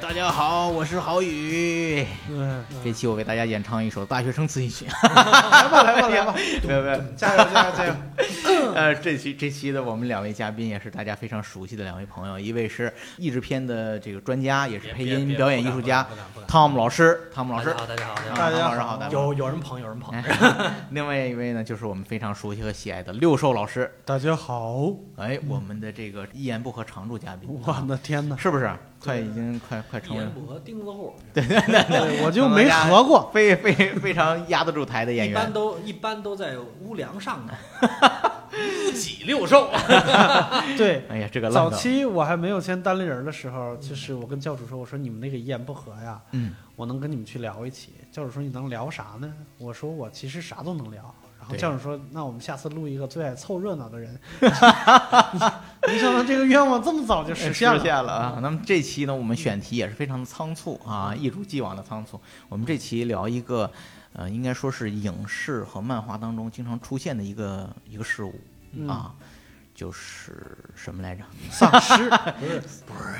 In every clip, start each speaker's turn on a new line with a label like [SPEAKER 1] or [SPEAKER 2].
[SPEAKER 1] 大家好，我是郝宇。
[SPEAKER 2] 嗯，
[SPEAKER 1] 这期我给大家演唱一首《大学生自习曲》。
[SPEAKER 2] 来吧来吧来吧，
[SPEAKER 1] 没有没有，
[SPEAKER 2] 加油加油加油！
[SPEAKER 1] 呃，这期这期的我们两位嘉宾也是大家非常熟悉的两位朋友，一位是译制片的这个专家，也是配音表演艺术家汤姆老师，汤姆老师。哎
[SPEAKER 3] 大家好，
[SPEAKER 1] 啊
[SPEAKER 3] 大家
[SPEAKER 2] 大家
[SPEAKER 3] 好，
[SPEAKER 1] 汤姆老师好，
[SPEAKER 2] 好
[SPEAKER 1] 大家好。
[SPEAKER 3] 有有人捧，有人捧，
[SPEAKER 1] 另外一位呢，就是我们非常熟悉和喜爱的六兽老师，
[SPEAKER 2] 大家好，我
[SPEAKER 1] 哎，我们的这个一言不合常驻嘉宾，
[SPEAKER 2] 的天哪，
[SPEAKER 1] 是不是？快已经快快
[SPEAKER 3] 一
[SPEAKER 1] 成为
[SPEAKER 3] 言不合钉子户，
[SPEAKER 2] 对我就没合过。
[SPEAKER 1] 非非非常压得住台的演
[SPEAKER 3] 一般
[SPEAKER 1] 员。
[SPEAKER 3] 都一般都在屋梁上 头，
[SPEAKER 1] 几六兽，
[SPEAKER 3] 啊
[SPEAKER 2] 对，
[SPEAKER 1] 哎呀，这个
[SPEAKER 2] 早
[SPEAKER 1] 浪的，
[SPEAKER 2] 期我还没有签单立人的时候，就是我跟教主说，我说你们那个一言不合呀，
[SPEAKER 1] 嗯，
[SPEAKER 2] 我能跟你们去聊一起。教主说你能聊啥呢？我说我其实啥都能聊。然后
[SPEAKER 1] 对
[SPEAKER 2] 教主说，那我们下次录一个最爱凑热闹的人。 没想到这个愿哎望这么早就实现
[SPEAKER 1] 现
[SPEAKER 2] 了。
[SPEAKER 1] 了啊！那么这期呢，我们选题也是非常的仓促啊，一如既往的仓促。我们这期聊一个，呃，应该说是影视和漫画当中经常出现的一个一个事物
[SPEAKER 2] 嗯
[SPEAKER 1] 啊，就是什么来着？
[SPEAKER 2] 丧尸
[SPEAKER 3] 不是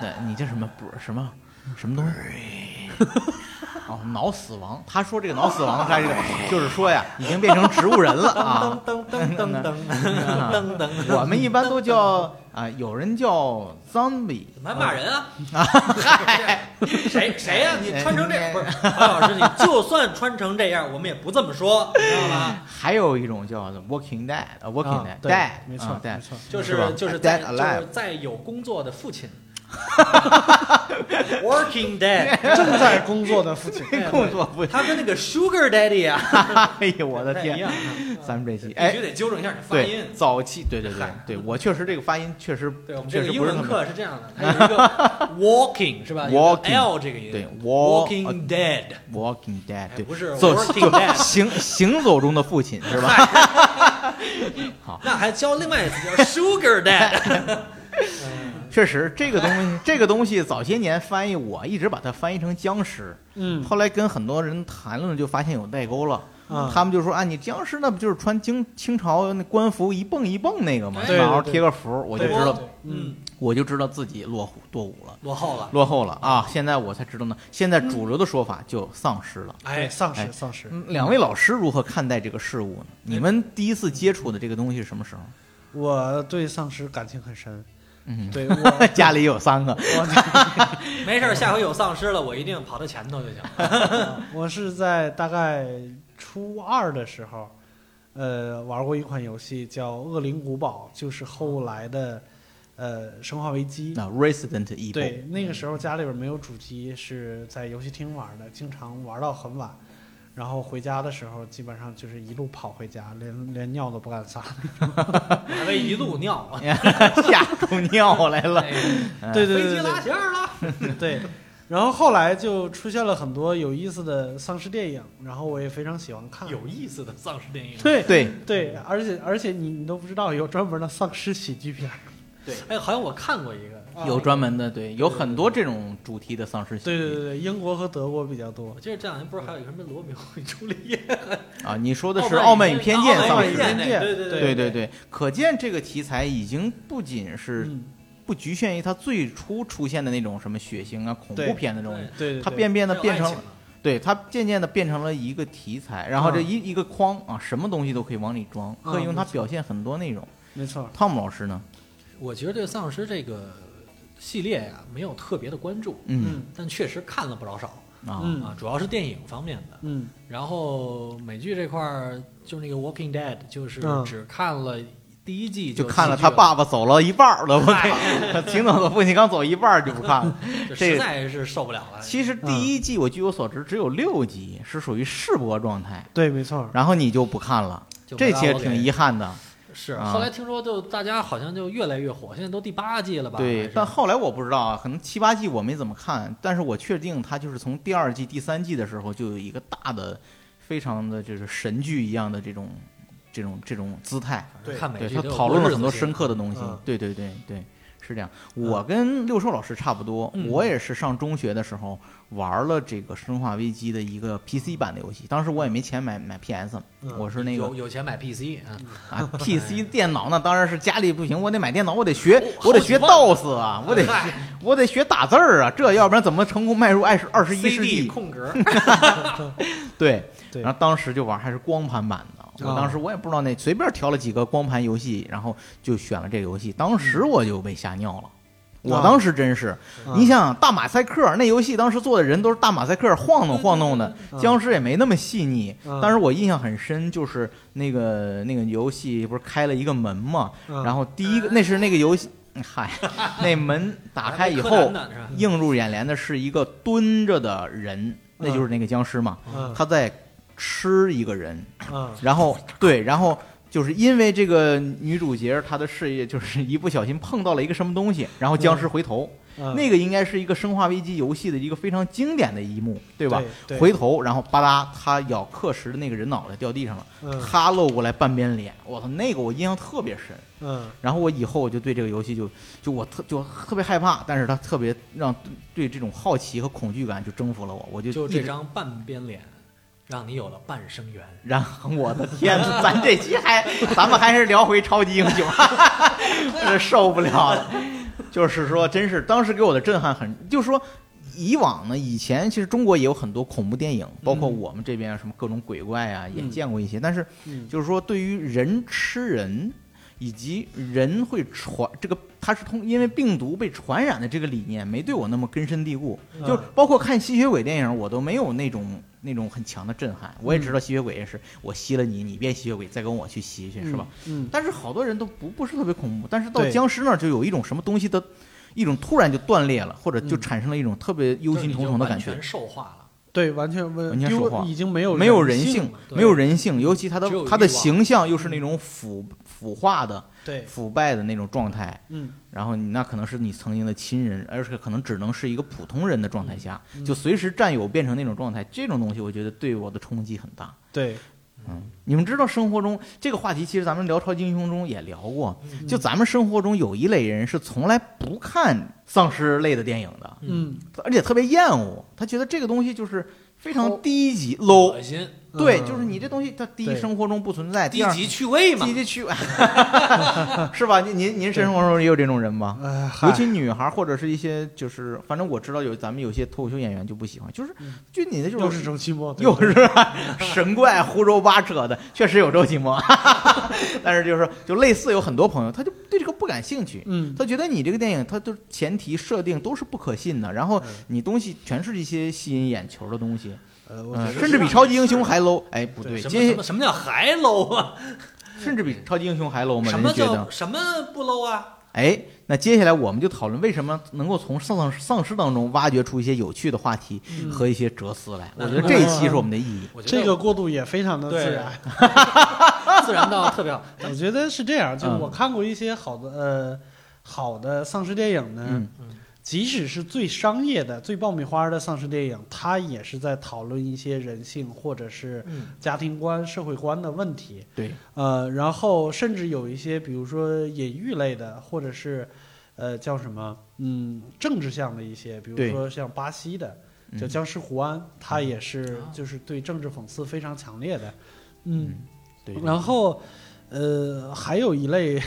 [SPEAKER 1] 对，你叫什么波什么什么东西？ 哦，脑死亡。他说这个脑死亡，他这个就是说呀，已经变成植物人了 啊
[SPEAKER 3] 噔。噔噔噔噔噔 噔，
[SPEAKER 1] 我们一般都叫啊、有人叫 zombie，
[SPEAKER 3] 怎么还骂人 啊？谁谁
[SPEAKER 1] 哎
[SPEAKER 3] 呀？你穿成这样，不是潘老师，你就算穿成这样，我们也不这么 说，你知道吗？
[SPEAKER 1] 还有一种叫 walking dead，呃，walking
[SPEAKER 2] 啊
[SPEAKER 1] dead，，
[SPEAKER 2] 对
[SPEAKER 1] dead，，
[SPEAKER 2] 没错
[SPEAKER 1] 啊
[SPEAKER 2] 没
[SPEAKER 1] ，dead。
[SPEAKER 2] 错。
[SPEAKER 3] 就是
[SPEAKER 1] 吧
[SPEAKER 3] 是就是
[SPEAKER 1] Dead
[SPEAKER 3] 在
[SPEAKER 1] alive
[SPEAKER 3] 就是在有工作的 父亲，working dad，
[SPEAKER 2] 正在工作的父亲，哎
[SPEAKER 1] 工作不，
[SPEAKER 3] 他跟那个 sugar daddy 啊，
[SPEAKER 1] 哎呦我的
[SPEAKER 3] 不太一
[SPEAKER 1] 天
[SPEAKER 3] 样，，啊
[SPEAKER 1] 咱们这期
[SPEAKER 3] 必
[SPEAKER 1] 哎
[SPEAKER 3] 须，得纠正一下你的发音
[SPEAKER 1] 对，。早期，对对对
[SPEAKER 3] 嗨
[SPEAKER 1] 对，我确实这个发音确实
[SPEAKER 3] 对，我们这
[SPEAKER 1] 确实
[SPEAKER 3] 个英
[SPEAKER 1] 不是
[SPEAKER 3] 文
[SPEAKER 1] 那么
[SPEAKER 3] 课是这样的，它有 一个 walking 是吧有个
[SPEAKER 1] Walking
[SPEAKER 3] L 这个音，
[SPEAKER 1] 对 walk- 呃
[SPEAKER 3] walking dead，
[SPEAKER 1] walking dead，
[SPEAKER 3] 哎
[SPEAKER 1] 对，
[SPEAKER 3] 不是
[SPEAKER 1] 走
[SPEAKER 3] working dead
[SPEAKER 1] 行行走中的父亲是吧？
[SPEAKER 3] 那还教另外一个词叫 sugar dad，
[SPEAKER 1] 确实，这个东西，这个东西早些年翻译，我一直把它翻译成僵尸，
[SPEAKER 2] 嗯
[SPEAKER 1] 后来跟很多人谈论，就发现有代沟了。
[SPEAKER 2] 啊
[SPEAKER 1] 他们就说啊，你僵尸那不就是穿清清朝那官服一蹦一蹦那个吗？
[SPEAKER 3] 对
[SPEAKER 1] 马上
[SPEAKER 2] 对
[SPEAKER 1] 贴个符，我就知道，
[SPEAKER 3] 嗯，
[SPEAKER 1] 我就知道自己落伍落伍了，
[SPEAKER 3] 落后了，
[SPEAKER 1] 落后了啊！现在我才知道呢，现在主流的说法就丧尸了。
[SPEAKER 2] 对，
[SPEAKER 3] 哎，
[SPEAKER 2] 丧
[SPEAKER 1] 哎
[SPEAKER 2] 尸丧尸。
[SPEAKER 1] 嗯两位老师如何看待这个事物呢？你们第一次接触的这个东西是什么时候？
[SPEAKER 2] 我对丧尸感情很深，
[SPEAKER 1] 嗯，
[SPEAKER 2] 对我
[SPEAKER 1] 家里有三个，
[SPEAKER 3] 没事儿，下回有丧尸了，我一定跑到前头就行。
[SPEAKER 2] 我是在大概初二的时候，呃，玩过一款游戏叫《恶灵古堡》，就是后来的呃《生化危机》。
[SPEAKER 1] 那 Resident Evil，
[SPEAKER 2] 对，那个时候家里边没有主机，是在游戏厅玩的，经常玩到很晚。然后回家的时候，基本上就是一路跑回家，连连尿都不敢撒。
[SPEAKER 3] 哪位一路尿，
[SPEAKER 1] 吓出尿来了。
[SPEAKER 3] 哎
[SPEAKER 2] 对对对
[SPEAKER 3] 飞机
[SPEAKER 2] 对
[SPEAKER 3] 拉线儿了，
[SPEAKER 2] 对 对。然后后来就出现了很多有意思的丧尸电影，然后我也非常喜欢看。
[SPEAKER 3] 有意思的丧尸电影。
[SPEAKER 2] 对
[SPEAKER 1] 对，
[SPEAKER 2] 对，而且而且你你都不知道有专门的丧尸喜剧片儿。
[SPEAKER 3] 哎，好像我看过一个，
[SPEAKER 1] 有专门的，对，有很多这种主题的丧尸喜
[SPEAKER 2] 啊对对
[SPEAKER 1] 剧
[SPEAKER 2] 对对，英国和德国比较多
[SPEAKER 3] 我。记得这两天不是还有一个什么罗密欧与朱丽叶，
[SPEAKER 1] 啊。你说的是《傲慢与偏见》
[SPEAKER 3] 傲
[SPEAKER 1] 丧
[SPEAKER 2] 丧
[SPEAKER 3] 慢与
[SPEAKER 2] 尸
[SPEAKER 1] 尸，
[SPEAKER 3] 偏见，对对
[SPEAKER 1] 对
[SPEAKER 3] 对
[SPEAKER 1] 对对，可见这个题材已经不仅是
[SPEAKER 2] 嗯，
[SPEAKER 1] 不局限于它最初出现的那种什么血腥啊、恐怖
[SPEAKER 2] 对
[SPEAKER 1] 片的这种，
[SPEAKER 3] 对
[SPEAKER 2] 对对，
[SPEAKER 1] 它
[SPEAKER 2] 对
[SPEAKER 1] 变变的变
[SPEAKER 3] 还
[SPEAKER 1] 成
[SPEAKER 3] 有爱情呢
[SPEAKER 1] 对它渐渐的变成了一个题材，然后这
[SPEAKER 2] 嗯
[SPEAKER 1] 一、一个框啊，什么东西都可以往里装，
[SPEAKER 3] 嗯
[SPEAKER 1] 可以用它表现很多内容。
[SPEAKER 2] 没错。
[SPEAKER 1] 汤姆老师呢？
[SPEAKER 3] 我觉得对丧尸这个系列呀、没有特别的关注，
[SPEAKER 1] 嗯
[SPEAKER 3] 但确实看了不老少
[SPEAKER 1] 啊
[SPEAKER 2] 嗯
[SPEAKER 3] 啊，主要是电影方面的。
[SPEAKER 2] 嗯
[SPEAKER 3] 然后美剧这块儿，就是那个《Walking Dead》，就是
[SPEAKER 2] 嗯
[SPEAKER 3] 只看了第一季
[SPEAKER 1] 就
[SPEAKER 3] 弃
[SPEAKER 1] 看了
[SPEAKER 3] 剧哎
[SPEAKER 1] 他爸爸走了一半儿了，我看秦总的父亲刚走一半儿就不看了。
[SPEAKER 3] 就
[SPEAKER 1] 这个
[SPEAKER 3] 实在是受不了了。
[SPEAKER 1] 其实第一季我据我所知只有六集是属于试播状态，
[SPEAKER 2] 对，没错。
[SPEAKER 1] 然后你就不看了，
[SPEAKER 3] 就
[SPEAKER 1] 这
[SPEAKER 3] 把
[SPEAKER 1] 其实
[SPEAKER 3] 我给
[SPEAKER 1] 挺遗憾的。
[SPEAKER 3] 是，
[SPEAKER 1] 啊
[SPEAKER 3] 后来听说就大家好像就越来越火，现在都第八季了吧？
[SPEAKER 1] 对，
[SPEAKER 3] 还是
[SPEAKER 1] 但后来我不知道啊，可能七八季我没怎么看，但是我确定它就是从第二季、第三季的时候就有一个大的、非常的就是神剧一样的这种、这种、这种姿态，
[SPEAKER 3] 反正看美
[SPEAKER 1] 对
[SPEAKER 3] 剧
[SPEAKER 1] 他
[SPEAKER 3] 都有
[SPEAKER 1] 讨论了
[SPEAKER 3] 日子
[SPEAKER 1] 很多
[SPEAKER 3] 性
[SPEAKER 1] 深刻的东西
[SPEAKER 2] 嗯，
[SPEAKER 1] 对对对对，是这样，我跟六兽老师差不多，
[SPEAKER 3] 嗯
[SPEAKER 1] 我也是上中学的时候玩了这个《生化危机》的一个 PC 版的游戏，当时我也没钱买买 PS，
[SPEAKER 2] 嗯
[SPEAKER 1] 我是那个
[SPEAKER 3] 有有钱买 PC 啊，
[SPEAKER 1] 啊 PC 电脑那当然是家里不行，我得买电脑，我得学，
[SPEAKER 3] 哦好
[SPEAKER 1] 我得
[SPEAKER 3] 几
[SPEAKER 1] 学
[SPEAKER 3] 万哎
[SPEAKER 1] DOS 啊， 我得
[SPEAKER 3] 嗨
[SPEAKER 1] 我得学打字儿啊，这要不然怎么成功迈入二十二十一世
[SPEAKER 3] CD
[SPEAKER 1] 纪？
[SPEAKER 3] 空格，
[SPEAKER 1] 对，
[SPEAKER 2] 对
[SPEAKER 1] 然后当时就玩还是光盘版的。我
[SPEAKER 2] 啊
[SPEAKER 1] 当时我也不知道那随便挑了几个光盘游戏，然后就选了这个游戏。当时我就被吓尿了，我
[SPEAKER 2] 啊
[SPEAKER 1] 当时真是，你
[SPEAKER 2] 想
[SPEAKER 1] 想想大马赛克那游戏，当时做的人都是大马赛克晃动晃动的，僵尸也没那么细腻。
[SPEAKER 2] 嗯
[SPEAKER 1] 当时我印象很深，就是那个那个游戏不是开了一个门嘛，
[SPEAKER 2] 嗯
[SPEAKER 1] 然后第一个那是那个游戏，嗯嗨，那门打开 以
[SPEAKER 3] 还
[SPEAKER 1] 后
[SPEAKER 3] 没柯南，呢是吧
[SPEAKER 1] 映入眼帘的是一个蹲着的人，那就是那个僵尸嘛，
[SPEAKER 2] 嗯
[SPEAKER 1] 他在吃一个人，
[SPEAKER 2] 嗯
[SPEAKER 1] 然后对，然后就是因为这个女主角她的事业就是一不小心碰到了一个什么东西，然后僵尸回头，
[SPEAKER 2] 嗯
[SPEAKER 1] 那个应该是一个《生化危机》游戏的一个非常经典的一幕，对吧？
[SPEAKER 2] 对
[SPEAKER 1] 回头，然后吧嗒，他咬克什的那个人脑袋掉地上了，
[SPEAKER 2] 嗯
[SPEAKER 1] 他露过来半边脸，我操，那个我印象特别深。
[SPEAKER 2] 嗯
[SPEAKER 1] 然后我以后我就对这个游戏就就我特就特别害怕，但是它特别让对这种好奇和恐惧感就征服了我，我就
[SPEAKER 3] 就
[SPEAKER 1] 一
[SPEAKER 3] 这
[SPEAKER 1] 直
[SPEAKER 3] 张半边脸，让你有了半生缘。
[SPEAKER 1] 然后我的天呐，咱这期还 咱们还是聊回超级英雄，我这受不了了。就是说，真是当时给我的震撼很，就是说。以往呢，以前其实中国也有很多恐怖电影，包括我们这边什么各种鬼怪啊，也
[SPEAKER 3] 嗯
[SPEAKER 1] 见过一些。但是
[SPEAKER 2] 嗯
[SPEAKER 1] 就是说，对于人吃人，以及人会传这个，它是通因为病毒被传染的这个理念，没对我那么根深蒂固。
[SPEAKER 2] 嗯
[SPEAKER 1] 就是包括看吸血鬼电影，我都没有那种那种很强的震撼。我也知道吸血鬼也是，我吸了你，你变吸血鬼，再跟我去吸去，是吧？？
[SPEAKER 2] 嗯
[SPEAKER 1] 但是好多人都不不是特别恐怖，但是到
[SPEAKER 2] 对
[SPEAKER 1] 僵尸那儿就有一种什么东西的。一种突然就断裂了，或者就
[SPEAKER 2] 嗯
[SPEAKER 1] 产生了一种特别忧心忡忡的感觉
[SPEAKER 3] 就是你就完全，兽化
[SPEAKER 2] 对，完全
[SPEAKER 1] 完全说话
[SPEAKER 2] 丢已经没有
[SPEAKER 1] 没有
[SPEAKER 2] 人
[SPEAKER 1] 人性，
[SPEAKER 3] 对
[SPEAKER 1] 没有人性，尤其他的
[SPEAKER 3] 只有
[SPEAKER 1] 他的
[SPEAKER 3] 欲望
[SPEAKER 1] 形象又是那种腐腐化的、
[SPEAKER 2] 对，
[SPEAKER 1] 腐败的那种状态，
[SPEAKER 2] 嗯
[SPEAKER 1] 然后你那可能是你曾经的亲人，而且可能只能是一个普通人的状态下，
[SPEAKER 2] 嗯
[SPEAKER 1] 就随时占有变成那种状态，这种东西我觉得对我的冲击很大。
[SPEAKER 2] 对，
[SPEAKER 1] 嗯，你们知道生活中这个话题，其实咱们聊超级英雄中也聊过，
[SPEAKER 3] 了，
[SPEAKER 1] 就咱们生活中有一类人是从来不看丧尸类的电影的，
[SPEAKER 2] 嗯
[SPEAKER 1] 而且特别厌恶，他觉得这个东西就是非常
[SPEAKER 2] 抠
[SPEAKER 1] 低级 low。
[SPEAKER 3] 恶心，
[SPEAKER 1] 对，
[SPEAKER 2] 嗯
[SPEAKER 1] 就是你这东西，它第一
[SPEAKER 2] 对
[SPEAKER 1] 生活中不存在，第
[SPEAKER 3] 低
[SPEAKER 1] 二
[SPEAKER 3] 级趣味嘛
[SPEAKER 1] 低。级趣味， 是吧？您您您生活中也有这种人吗？
[SPEAKER 2] 呃，
[SPEAKER 1] 尤
[SPEAKER 2] 嗨
[SPEAKER 1] 其女孩儿或者是一些就是，反正我知道有咱们有些脱口秀演员就不喜欢，就是
[SPEAKER 2] 嗯
[SPEAKER 1] 就你的就
[SPEAKER 2] 又是周奇墨，对
[SPEAKER 1] 又是神怪胡诌八扯的，确实有周奇墨， 但是就是说就类似有很多朋友，他就对这个不感兴趣。
[SPEAKER 2] 嗯
[SPEAKER 1] 他觉得你这个电影，它就是前提设定都是不可信的，然后
[SPEAKER 2] 嗯
[SPEAKER 1] 你东西全是一些吸引眼球的东西，
[SPEAKER 2] 呃，我觉
[SPEAKER 1] 嗯，
[SPEAKER 2] 得
[SPEAKER 1] 甚至比超级英雄还 low。哎，不对，
[SPEAKER 3] 什么
[SPEAKER 1] 接
[SPEAKER 3] 什么什么叫还 low 啊？
[SPEAKER 1] 甚至比超级英雄还 low 吗？
[SPEAKER 3] 什
[SPEAKER 1] 人
[SPEAKER 3] 么
[SPEAKER 1] 家觉得
[SPEAKER 3] 叫，什么不 low 啊？
[SPEAKER 1] 哎，那接下来我们就讨论为什么能够从丧丧尸当中挖掘出一些有趣的话题
[SPEAKER 2] 嗯
[SPEAKER 1] 和一些哲思来。
[SPEAKER 3] 嗯
[SPEAKER 1] 我觉得这一期是我们的意义。
[SPEAKER 3] 我觉得
[SPEAKER 2] 这个过渡也非常的
[SPEAKER 3] 对
[SPEAKER 2] 自然。
[SPEAKER 3] 自然到特 别好。
[SPEAKER 2] 我觉得是这样，就是
[SPEAKER 1] 嗯
[SPEAKER 2] 我看过一些好的呃好的丧尸电影呢，
[SPEAKER 1] 嗯
[SPEAKER 2] 即使是最商业的、最爆米花的丧尸电影，它也是在讨论一些人性或者是
[SPEAKER 3] 嗯，
[SPEAKER 2] 家庭观、社会观的问题。
[SPEAKER 1] 对，
[SPEAKER 2] 呃，然后甚至有一些，比如说隐喻类的，或者是呃叫什么，嗯，政治向的一些，比
[SPEAKER 1] 对
[SPEAKER 2] 如说像巴西的
[SPEAKER 1] 嗯哦
[SPEAKER 2] 叫《僵尸胡安》，它也是
[SPEAKER 3] 啊
[SPEAKER 2] 就是对政治讽刺非常强烈的。嗯
[SPEAKER 1] 嗯，对。
[SPEAKER 2] 然后，呃，还有一类，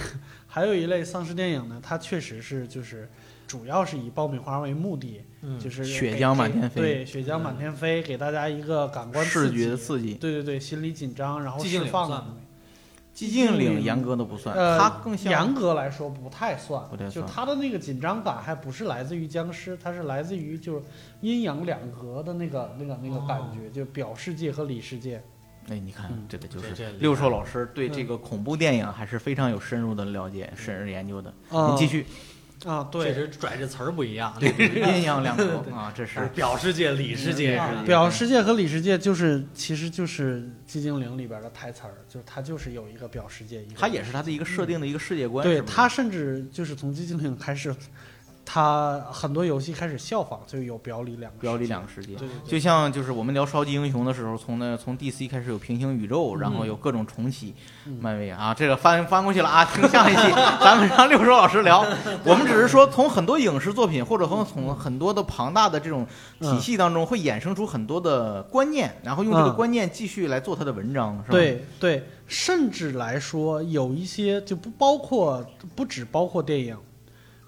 [SPEAKER 2] 还有一类丧尸电影呢，它确实是就是主要是以爆米花为目的，
[SPEAKER 3] 嗯
[SPEAKER 2] 就是
[SPEAKER 1] 血
[SPEAKER 2] 给
[SPEAKER 1] 浆
[SPEAKER 2] 给
[SPEAKER 1] 满天飞嗯
[SPEAKER 2] 对，血浆满天飞，给大家一个感官
[SPEAKER 1] 视觉
[SPEAKER 2] 激
[SPEAKER 1] 的刺激，
[SPEAKER 2] 对对对，心理紧张，然后
[SPEAKER 3] 寂静
[SPEAKER 2] 释
[SPEAKER 3] 岭
[SPEAKER 2] 放
[SPEAKER 3] 算
[SPEAKER 2] 的
[SPEAKER 3] 吗
[SPEAKER 2] 东西。
[SPEAKER 1] 寂静岭严格的不算，
[SPEAKER 2] 呃
[SPEAKER 1] 它更像
[SPEAKER 2] 严格来说不太算，
[SPEAKER 1] 不太
[SPEAKER 2] 就
[SPEAKER 1] 算
[SPEAKER 2] 它的那个紧张感还不是来自于僵尸，它是来自于就是阴阳两隔的那个那个那个感
[SPEAKER 1] 哦
[SPEAKER 2] 觉，就表世界和里世界。
[SPEAKER 1] 哎，你看
[SPEAKER 2] 嗯
[SPEAKER 1] 这个就
[SPEAKER 3] 这这
[SPEAKER 1] 是
[SPEAKER 3] 厉害
[SPEAKER 1] 六兽老师对
[SPEAKER 2] 嗯
[SPEAKER 1] 这个恐怖电影还是非常有深入的了解、深入研究的。
[SPEAKER 2] 啊
[SPEAKER 1] 您继续，
[SPEAKER 2] 啊，
[SPEAKER 3] 确
[SPEAKER 2] 对，
[SPEAKER 3] 实拽这词儿不一样，
[SPEAKER 1] 阴阳两隔啊，这
[SPEAKER 3] 是
[SPEAKER 1] 是
[SPEAKER 3] 表世界、里世界
[SPEAKER 1] 嗯
[SPEAKER 3] 是吧
[SPEAKER 2] 啊
[SPEAKER 3] 啊
[SPEAKER 2] 表世界和里世界就是，其实就是《寂静岭》里边的台词儿，就是它就是有一个表世界，一个
[SPEAKER 1] 它也是它的一个设定的一个世界观，
[SPEAKER 2] 对
[SPEAKER 1] 是不是
[SPEAKER 2] 它甚至就是从《寂静岭》开始，它很多游戏开始效仿，就有表里两个
[SPEAKER 1] 表里两
[SPEAKER 2] 个
[SPEAKER 1] 个世界
[SPEAKER 2] 对。对对
[SPEAKER 1] 就像就是我们聊超级英雄的时候，从那从 DC 开始有平行宇宙，然后有各种重启，
[SPEAKER 2] 嗯
[SPEAKER 1] 漫威啊，这个翻翻过去了啊， 听下一期，咱们让六叔老 师聊。我们只是说从很多影视作品或者从从很多的庞大的这种体系当中，会衍生出很多的观念，然后用这个
[SPEAKER 2] 嗯
[SPEAKER 1] 观念继续来做他的文章，是吧？
[SPEAKER 2] 对对，甚至来说有一些就不包括，不只包括电影，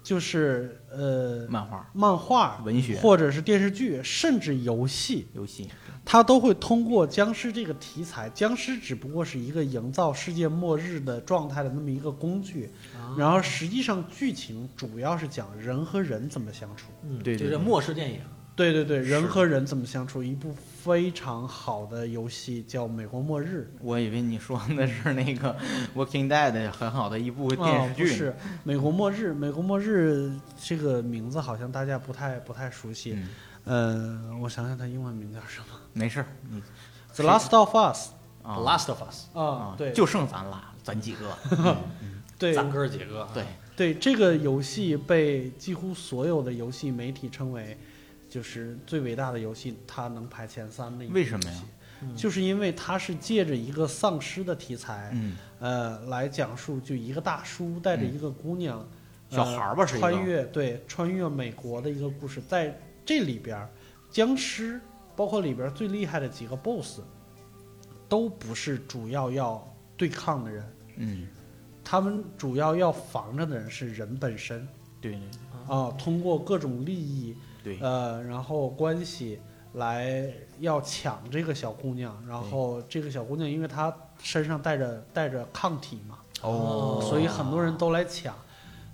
[SPEAKER 2] 就是呃
[SPEAKER 1] 漫画、
[SPEAKER 2] 漫画、
[SPEAKER 1] 文学、
[SPEAKER 2] 嗯或者是电视剧，甚至游戏，
[SPEAKER 1] 游戏，
[SPEAKER 2] 它都会通过僵尸这个题材，僵尸只不过是一个营造世界末日的状态的那么一个工具，然后实际上剧情主要是讲人和人怎么相处。
[SPEAKER 3] 嗯
[SPEAKER 1] 对对
[SPEAKER 3] 这
[SPEAKER 1] 对啊
[SPEAKER 3] 是末世电影，
[SPEAKER 2] 对对对，人
[SPEAKER 1] 是
[SPEAKER 2] 和人怎么相处？一部非常好的游戏叫《美国末日
[SPEAKER 1] 我以为你说那是那个《Walking Dead》很好的一部》
[SPEAKER 2] 啊，
[SPEAKER 1] 电视
[SPEAKER 2] 不
[SPEAKER 1] 剧呢，
[SPEAKER 2] 是《美国末日》，《美国末日》这个名字好像大家不太不太熟悉。
[SPEAKER 1] 嗯，
[SPEAKER 2] 呃，我想想，它英文名叫什么
[SPEAKER 1] 没事儿，你
[SPEAKER 2] ？The Last of Us
[SPEAKER 1] 啊
[SPEAKER 3] The Last of Us》
[SPEAKER 2] 啊
[SPEAKER 1] 啊，，
[SPEAKER 2] 对，
[SPEAKER 1] 就剩咱俩，咱几个，嗯
[SPEAKER 2] 对
[SPEAKER 3] 咱哥儿几个，啊
[SPEAKER 1] 对，
[SPEAKER 2] 对这个游戏被几乎所有的游戏媒体称为就是最伟大的游戏，它能排前三的一个游戏。
[SPEAKER 1] 为什么呀
[SPEAKER 3] 嗯
[SPEAKER 2] 就是因为它是借着一个丧尸的题材，
[SPEAKER 1] 嗯，
[SPEAKER 2] 呃来讲述，就一个大叔带着一个姑娘，呃
[SPEAKER 1] 小孩儿吧是一个
[SPEAKER 2] 穿越对穿越美国的一个故事，在这里边儿，僵尸包括里边儿最厉害的几个 BOSS，都不是主要要对抗的人，
[SPEAKER 1] 嗯，
[SPEAKER 2] 他们主要要防着的人是人本身
[SPEAKER 1] 对对
[SPEAKER 2] 啊、通过各种利益，
[SPEAKER 1] 对
[SPEAKER 2] 呃，然后关系来要抢这个小姑娘，然后这个小姑娘因为她身上带着带着抗体嘛。
[SPEAKER 3] 哦
[SPEAKER 2] 所以很多人都来抢，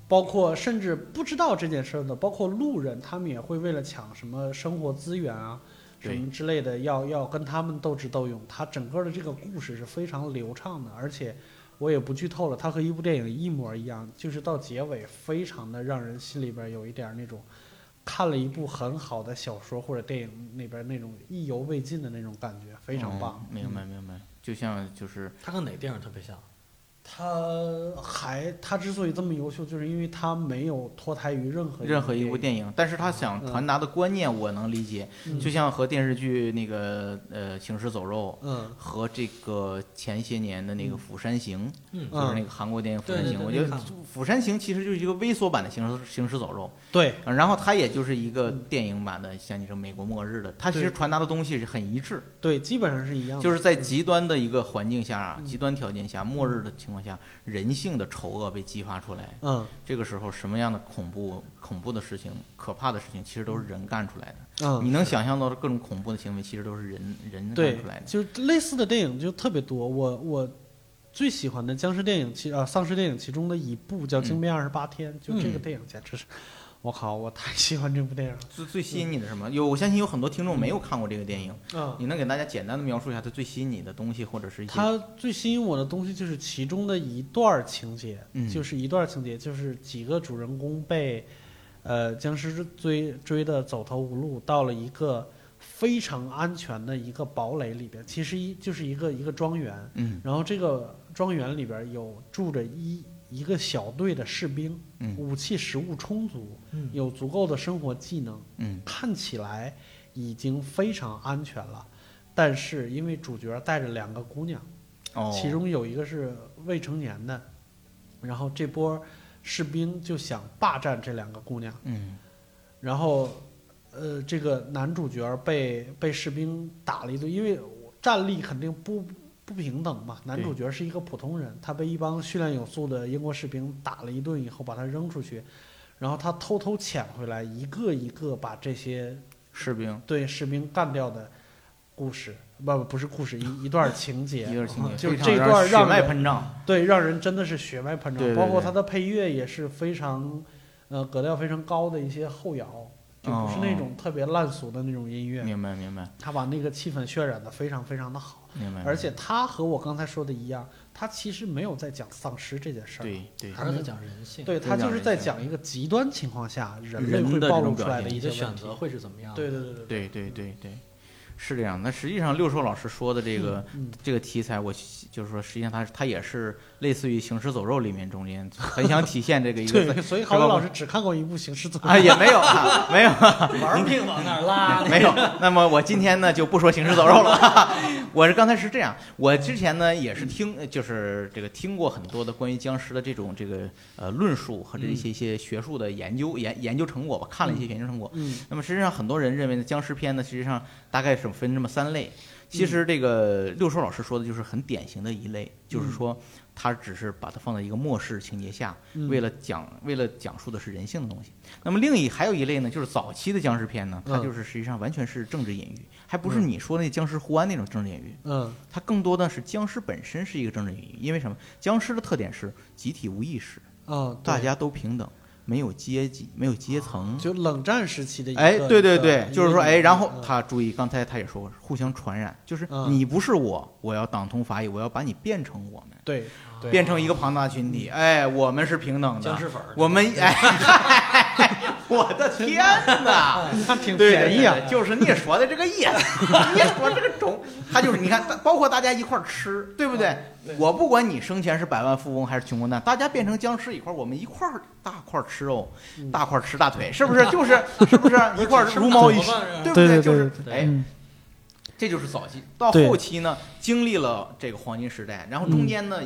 [SPEAKER 2] 包括甚至不知道这件事儿的，包括路人，他们也会为了抢什么生活资源啊，什
[SPEAKER 1] 对
[SPEAKER 2] 么之类的，要要跟他们斗智斗勇。他整个的这个故事是非常流畅的，而且我也不剧透了，它和一部电影一模一样，就是到结尾非常的让人心里边有一点儿那种。看了一部很好的小说或者电影，那边那种意犹未尽的那种感觉，非常棒。
[SPEAKER 1] 嗯明白明白，就像就是
[SPEAKER 3] 他跟哪电影特别像？
[SPEAKER 2] 他还他之所以这么优秀，就是因为他没有脱胎于任何
[SPEAKER 1] 任何一
[SPEAKER 2] 一
[SPEAKER 1] 部电影，但是他想传达的观念我能理解，
[SPEAKER 2] 影，
[SPEAKER 1] 就像和电视剧那个呃《行尸走肉》
[SPEAKER 2] 嗯
[SPEAKER 1] 和这个前些年的那个《
[SPEAKER 2] 嗯
[SPEAKER 1] 釜山行》，
[SPEAKER 3] 嗯
[SPEAKER 1] 就是那个韩国电影《釜山
[SPEAKER 3] 对
[SPEAKER 1] 行》，
[SPEAKER 3] 对
[SPEAKER 1] 我
[SPEAKER 3] 对
[SPEAKER 1] 觉
[SPEAKER 3] 那
[SPEAKER 1] 得
[SPEAKER 3] 个
[SPEAKER 1] 《釜山行》其实就是一个微缩版的《行尸行尸走肉》
[SPEAKER 2] 对
[SPEAKER 1] 啊，然后它也就是一个
[SPEAKER 2] 嗯
[SPEAKER 1] 电影版的，像你说美国末日的，它其实
[SPEAKER 2] 对
[SPEAKER 1] 传达的东西是很一致，
[SPEAKER 2] 对，基本上是一样的，
[SPEAKER 1] 就是是在极端的一个环境下啊、
[SPEAKER 2] 嗯
[SPEAKER 1] 极端条件下、末日的情况下，人性的丑恶被激发出来。
[SPEAKER 2] 嗯
[SPEAKER 1] 这个时候，什么样的恐怖、恐怖的事情、可怕的事情，其实都是人干出来的。
[SPEAKER 2] 嗯，
[SPEAKER 1] 你能想象到的各种恐怖的行为，其实都是人人
[SPEAKER 2] 对
[SPEAKER 1] 干出来，的。
[SPEAKER 2] 就是类似的电影就特别多。我我最喜欢的僵尸电影其啊丧尸电影其中的一部叫《惊变二十八天》，就这个
[SPEAKER 1] 嗯
[SPEAKER 2] 电影简直是，我靠，我太喜欢这部电影了。
[SPEAKER 1] 最最吸引你的是什么？有我相信有很多听众没有看过这个电影，
[SPEAKER 2] 嗯，
[SPEAKER 1] 你能给大家简单的描述一下它最吸引你的东西，或者是一些
[SPEAKER 2] 它最吸引我的东西就是其中的一段儿情节，
[SPEAKER 1] 嗯
[SPEAKER 2] 就是一段儿情节，就是几个主人公被呃僵尸追追的走投无路，到了一个非常安全的一个堡垒里边，其实一就是一个一个庄园，
[SPEAKER 1] 嗯
[SPEAKER 2] 然后这个庄园里边有住着一一个小队的士兵，
[SPEAKER 1] 嗯
[SPEAKER 2] 武器食物充足，
[SPEAKER 3] 嗯
[SPEAKER 2] 有足够的生活技能，
[SPEAKER 1] 嗯
[SPEAKER 2] 看起来已经非常安全了，但是因为主角带着两个姑娘。
[SPEAKER 1] 哦，
[SPEAKER 2] 其中有一个是未成年的，然后这波士兵就想霸占这两个姑娘，
[SPEAKER 1] 嗯
[SPEAKER 2] 然后呃，这个男主角被被士兵打了一顿，因为战力肯定不不平等嘛，男主角是一个普通人，他被一帮训练有素的英国士兵打了一顿以后，把他扔出去。然后他偷偷潜回来，一个一个把这些
[SPEAKER 1] 士兵
[SPEAKER 2] 对士兵干掉的故事，不不不是故事，一一段情节，
[SPEAKER 1] 一段情节，
[SPEAKER 2] 就
[SPEAKER 1] 非常
[SPEAKER 2] 这
[SPEAKER 1] 让
[SPEAKER 2] 段
[SPEAKER 1] 人
[SPEAKER 2] 让
[SPEAKER 1] 血脉
[SPEAKER 2] 人
[SPEAKER 1] 喷张，
[SPEAKER 2] 对，让人真的是血脉喷张。
[SPEAKER 1] 对对对
[SPEAKER 2] 包括它的配乐也是非常，呃，格调非常高的一些后摇，就不是
[SPEAKER 1] 哦
[SPEAKER 2] 那种特别烂俗的那种音乐。
[SPEAKER 1] 明白明白
[SPEAKER 2] 他把那个气氛渲染的非常非常的好，
[SPEAKER 1] 明白，
[SPEAKER 2] 而且他和我刚才说的一样，他其实没有在讲丧尸这件事儿。
[SPEAKER 1] 对对
[SPEAKER 3] 还是在讲人性，
[SPEAKER 2] 对，
[SPEAKER 1] 非
[SPEAKER 2] 他
[SPEAKER 1] 常
[SPEAKER 2] 就是在
[SPEAKER 1] 人性
[SPEAKER 2] 讲一个极端情况下人类
[SPEAKER 1] 人
[SPEAKER 2] 会
[SPEAKER 1] 的
[SPEAKER 2] 暴
[SPEAKER 1] 这种
[SPEAKER 2] 露出
[SPEAKER 1] 表
[SPEAKER 2] 来的
[SPEAKER 1] 现
[SPEAKER 2] 一
[SPEAKER 3] 你
[SPEAKER 2] 些
[SPEAKER 3] 的
[SPEAKER 2] 问
[SPEAKER 3] 选
[SPEAKER 2] 题
[SPEAKER 3] 择。会是怎么样？
[SPEAKER 2] 对，对对对，
[SPEAKER 1] 对对对对，是这样。那实际上六兽老师说的这个、
[SPEAKER 2] 嗯
[SPEAKER 1] 这个题材，我就是说，实际上它它也是类似于《行尸走肉》里面中间很想体现这个一个
[SPEAKER 2] 对，所以郝
[SPEAKER 1] 是吧
[SPEAKER 2] 伟老师只看过一部《行尸走肉》
[SPEAKER 1] 啊，也没有啊，没有。啊
[SPEAKER 3] 玩命往那儿拉，
[SPEAKER 1] 没有。那么我今天呢就不说行尸走肉了， 我是刚才是这样，我之前呢也是听，呃就是这个听过很多的关于僵尸的这种这个呃论述和这一些一些学术的研究研研究成果吧，看了一些研究成果。
[SPEAKER 2] 嗯嗯
[SPEAKER 1] 那么实际上很多人认为呢，僵尸片呢实际上大概是分这么三类。其
[SPEAKER 2] 嗯
[SPEAKER 1] 实这个六叔老师说的就是很典型的一类，就是说他只是把它放在一个末世情节下，
[SPEAKER 2] 嗯
[SPEAKER 1] 为了讲为了讲述的是人性的东西。那么另一还有一类呢，就是早期的僵尸片呢，它
[SPEAKER 2] 嗯
[SPEAKER 1] 就是实际上完全是政治隐喻，还不是
[SPEAKER 2] 嗯
[SPEAKER 1] 你说那僵尸胡安那种政治隐喻，
[SPEAKER 2] 嗯
[SPEAKER 1] 它更多的是僵尸本身是一个政治隐喻。因为什么？僵尸的特点是集体无意识，
[SPEAKER 2] 哦，对
[SPEAKER 1] 大家都平等，没有阶级，没有阶层。
[SPEAKER 2] 就冷战时期的一个，
[SPEAKER 1] 哎，对对对，
[SPEAKER 2] 一个
[SPEAKER 1] 就是说，哎，
[SPEAKER 2] 嗯
[SPEAKER 1] 然后
[SPEAKER 2] 嗯
[SPEAKER 1] 他注意，刚才他也说过，互相传染，就是
[SPEAKER 2] 嗯
[SPEAKER 1] 你不是我，我要党同伐异，我要把你变成我们，
[SPEAKER 2] 对 对嗯
[SPEAKER 1] 变成一个庞大群体。哎，我们是平等
[SPEAKER 3] 僵
[SPEAKER 1] 的，
[SPEAKER 3] 尸粉儿，
[SPEAKER 1] 我们哎， 我的天哪！
[SPEAKER 2] 他 挺
[SPEAKER 1] 对
[SPEAKER 2] 便宜啊，
[SPEAKER 1] 对对就是你说的这个意思，你说这个种，他就是你看，包括大家一块儿吃，对不对？我不管你生前是百万富翁还是穷光蛋，大家变成僵尸以后，我们一块儿大块儿吃肉，
[SPEAKER 2] 嗯
[SPEAKER 1] 大块儿吃大腿，是不是？就是是不是一块儿
[SPEAKER 3] 是
[SPEAKER 1] 茹毛一
[SPEAKER 3] 是
[SPEAKER 1] 身
[SPEAKER 3] 吧是吧，
[SPEAKER 1] 对不
[SPEAKER 2] 对对
[SPEAKER 1] 就是
[SPEAKER 3] 对对
[SPEAKER 1] 哎。
[SPEAKER 2] 嗯
[SPEAKER 1] 这就是早期。到
[SPEAKER 2] 对
[SPEAKER 1] 后期呢，经历了这个黄金时代，然后中间呢，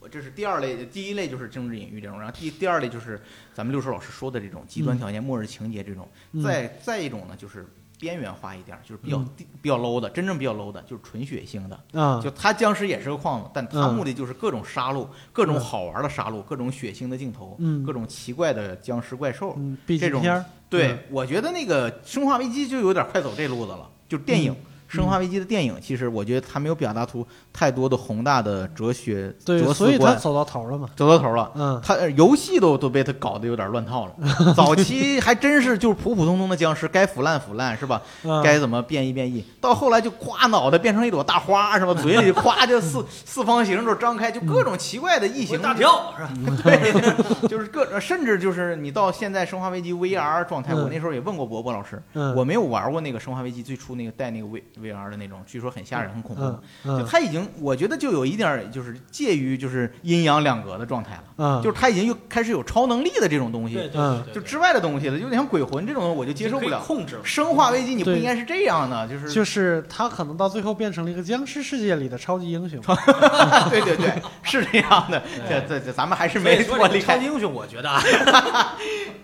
[SPEAKER 1] 我这是第二类，第一类就是政治隐喻这种，然后第第二类就是咱们六叔老师说的这种极端条件、末日情节这种，
[SPEAKER 2] 嗯
[SPEAKER 1] 再再一种呢就是。边缘化一点儿，就是比较
[SPEAKER 2] 嗯
[SPEAKER 1] 低、比较 low 的，真正比较 low 的，就是纯血腥的。
[SPEAKER 2] 啊
[SPEAKER 1] 就他僵尸也是个框子，但他
[SPEAKER 2] 嗯
[SPEAKER 1] 目的就是各种杀戮、各种
[SPEAKER 2] 嗯
[SPEAKER 1] 好玩的杀戮、各种血腥的镜头、
[SPEAKER 2] 嗯
[SPEAKER 1] 各种奇怪的僵尸怪兽。
[SPEAKER 2] 嗯 B
[SPEAKER 1] 这
[SPEAKER 2] 级
[SPEAKER 1] 种
[SPEAKER 2] 片儿
[SPEAKER 1] 对，
[SPEAKER 2] 嗯
[SPEAKER 1] 我觉得那个《生化危机》就有点快走这路子了，就是电
[SPEAKER 2] 嗯
[SPEAKER 1] 影。生化危机》的电影，其实我觉得它没有表达出太多的宏大的哲学、
[SPEAKER 2] 对，
[SPEAKER 1] 哲
[SPEAKER 2] 所
[SPEAKER 1] 思
[SPEAKER 2] 以他
[SPEAKER 1] 观，
[SPEAKER 2] 走到头了嘛，
[SPEAKER 1] 走到头了。
[SPEAKER 2] 嗯
[SPEAKER 1] 它呃游戏都都被它搞得有点乱套了。早期还真是就是普普通通的僵尸，该腐烂腐烂是吧？
[SPEAKER 2] 嗯，
[SPEAKER 1] 该怎么变异变异？到后来就夸脑袋变成一朵大花是吧？嘴里夸就四四方形都张开，就各种奇怪的异
[SPEAKER 3] 我
[SPEAKER 2] 嗯
[SPEAKER 1] 形
[SPEAKER 3] 大跳是吧？
[SPEAKER 1] 对，就是各甚至就是你到现在《生化危机》VR 状态，
[SPEAKER 2] 嗯
[SPEAKER 1] 我那时候也问过伯伯老师，
[SPEAKER 2] 嗯
[SPEAKER 1] 我没有玩过那个《生化危机》最初那个带那个 V VR 的那种，据说很吓人、很恐怖。
[SPEAKER 2] 嗯
[SPEAKER 1] 就
[SPEAKER 2] 嗯
[SPEAKER 1] 他已经，我觉得就有一点儿就是介于就是阴阳两隔的状态了，
[SPEAKER 2] 嗯，
[SPEAKER 1] 就是他已经又开始有超能力的这种东
[SPEAKER 3] 对
[SPEAKER 1] 西，
[SPEAKER 3] 对对，
[SPEAKER 1] 嗯就之外的东西了，有点像鬼魂这种东西，我就接受不
[SPEAKER 3] 可以
[SPEAKER 1] 了。
[SPEAKER 3] 控制了。
[SPEAKER 1] 生化危机你不
[SPEAKER 2] 对
[SPEAKER 1] 应该是这样的，就是
[SPEAKER 2] 就是他可能到最后变成了一个僵尸世界里的超级 英雄，
[SPEAKER 1] 对对对，是这样的。这这这，咱们还是没
[SPEAKER 3] 所以
[SPEAKER 1] 脱
[SPEAKER 3] 说这
[SPEAKER 1] 离
[SPEAKER 3] 个超
[SPEAKER 1] 开
[SPEAKER 3] 级英雄，我觉得啊，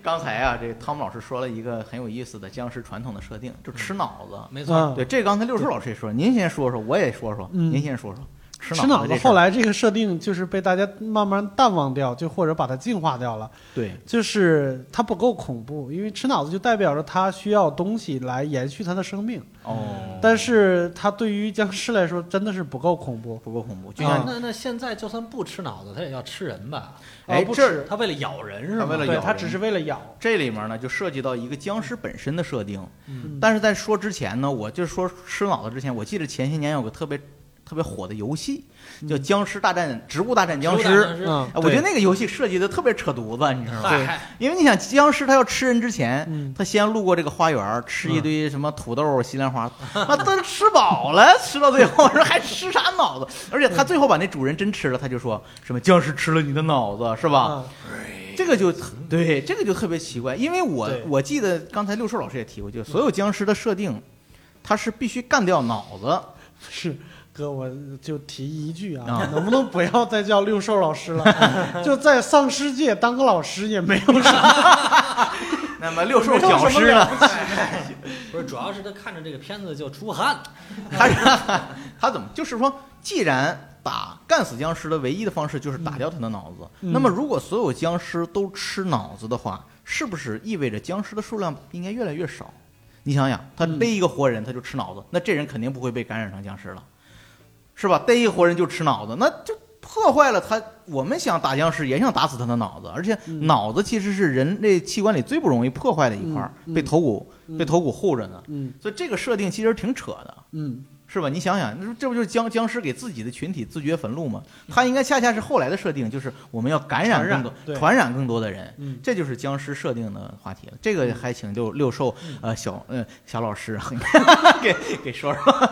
[SPEAKER 1] 刚才啊，这个汤姆老师说了一个很有意思的僵尸传统的设定，就吃脑子。
[SPEAKER 3] 没错，
[SPEAKER 2] 嗯，
[SPEAKER 1] 对，这刚才六叔老师也说，您先说说，我也说说，
[SPEAKER 2] 嗯
[SPEAKER 1] 您先说说吃
[SPEAKER 2] 吃
[SPEAKER 1] 脑
[SPEAKER 2] 脑
[SPEAKER 1] 子这
[SPEAKER 2] 子。
[SPEAKER 1] 事儿
[SPEAKER 2] 后来这个设定就是被大家慢慢淡忘掉，就或者把它净化掉了。
[SPEAKER 1] 对
[SPEAKER 2] 就是它不够恐怖，因为吃脑子就代表着它需要东西来延续它的生命，
[SPEAKER 1] 哦，
[SPEAKER 2] 但是它对于僵尸来说真的是不够恐怖。
[SPEAKER 1] 不够恐怖，就
[SPEAKER 3] 那
[SPEAKER 1] 像
[SPEAKER 2] 啊
[SPEAKER 3] 那那现在就算不吃脑子，他也要吃人吧？
[SPEAKER 1] 哎
[SPEAKER 2] 啊、不
[SPEAKER 1] 这
[SPEAKER 2] 是
[SPEAKER 3] 他为了咬人是
[SPEAKER 1] 他
[SPEAKER 3] 吗？
[SPEAKER 1] 为了咬
[SPEAKER 2] 对，
[SPEAKER 1] 人
[SPEAKER 2] 它只是为了咬。
[SPEAKER 1] 这里面呢，就涉及到一个僵尸本身的设定。
[SPEAKER 3] 嗯
[SPEAKER 1] 但是在说之前呢，我就说吃脑子之前，我记得前些年有个特别特别火的游戏，叫《僵尸大战嗯植物大战僵尸》
[SPEAKER 3] 吃。
[SPEAKER 2] 嗯，
[SPEAKER 1] 哎我觉得那个游戏设计的特别扯犊子，你知道吗？
[SPEAKER 3] 嗨，
[SPEAKER 1] 因为你想，僵尸它要吃人之前，
[SPEAKER 2] 嗯
[SPEAKER 1] 它先路过这个花园儿，吃一堆什么土豆、西兰花， 啊，都吃饱了，吃到最后，说还吃啥脑子？而且他最后把那主人真吃了，他就说什么僵尸吃了你的脑子，是吧？
[SPEAKER 2] 啊，
[SPEAKER 1] 这个就对，这个就特别奇怪，因为我
[SPEAKER 2] 对
[SPEAKER 1] 我记得刚才六叔老师也提过，就是所有僵尸的设定，它是必须干掉脑子。
[SPEAKER 2] 是。哥，我就提一句啊，
[SPEAKER 1] 啊
[SPEAKER 2] 能不能不要再叫六兽老师 了？就在丧尸界当个老师也没有啥。
[SPEAKER 1] 那么六兽屌丝呢？
[SPEAKER 3] 不是，主要是他看着这个片子就出汗，
[SPEAKER 1] 他是他怎么就是说，既然打干死僵尸的唯一的方式就是打掉他的脑子，
[SPEAKER 2] 嗯
[SPEAKER 1] 那么如果所有僵尸都吃脑子的话，是不是意味着僵尸的数量应该越来越少？你想想，他
[SPEAKER 2] 嗯
[SPEAKER 1] 逮一个活人他就吃脑子，那这人肯定不会被感染成僵尸了，是吧？逮一个活人就吃脑子，那就。破坏了他，我们想打僵尸也想打死他的脑子，而且
[SPEAKER 2] 嗯
[SPEAKER 1] 脑子其实是人类器官里最不容易破坏的一块儿，
[SPEAKER 2] 嗯嗯
[SPEAKER 1] 被头骨、
[SPEAKER 2] 嗯
[SPEAKER 1] 被头骨护着呢。
[SPEAKER 2] 嗯
[SPEAKER 1] 所以这个设定其实挺扯的。
[SPEAKER 2] 嗯，
[SPEAKER 1] 是吧？你想想，这这不就是僵僵尸给自己的群体自掘坟墓吗？它应该恰恰是后来的设定，就是我们要感染更
[SPEAKER 2] 传染
[SPEAKER 1] 多、
[SPEAKER 2] 对
[SPEAKER 1] 传染更多的人，
[SPEAKER 2] 嗯，
[SPEAKER 1] 这就是僵尸设定的话题了。这个还请六六兽
[SPEAKER 2] 嗯
[SPEAKER 1] 呃小呃小老师 给给说说。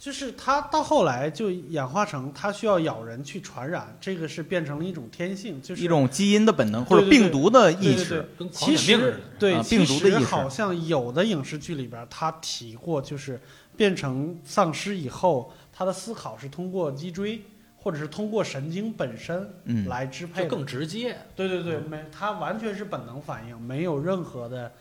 [SPEAKER 2] 就是它到后来就演化成它需要咬人去传染，这个是变成了一种天性，就是
[SPEAKER 1] 一种基因的本能
[SPEAKER 2] 对
[SPEAKER 1] 或者
[SPEAKER 2] 对对
[SPEAKER 1] 病毒的
[SPEAKER 2] 对
[SPEAKER 1] 意
[SPEAKER 2] 对对
[SPEAKER 1] 识，
[SPEAKER 3] 跟狂
[SPEAKER 2] 其
[SPEAKER 3] 犬病似
[SPEAKER 2] 实
[SPEAKER 3] 的。
[SPEAKER 2] 对、
[SPEAKER 1] 啊
[SPEAKER 2] 其
[SPEAKER 1] 病毒的
[SPEAKER 2] 实
[SPEAKER 1] 意识
[SPEAKER 2] 好像有的影视剧里边他提过，就是变成丧尸以后，他的思考是通过脊椎或者是通过神经本身
[SPEAKER 1] 嗯，
[SPEAKER 2] 来支配
[SPEAKER 3] 就
[SPEAKER 2] 的。
[SPEAKER 3] 更直接，
[SPEAKER 2] 对对对，没，它完全是本能反应，没有任何的。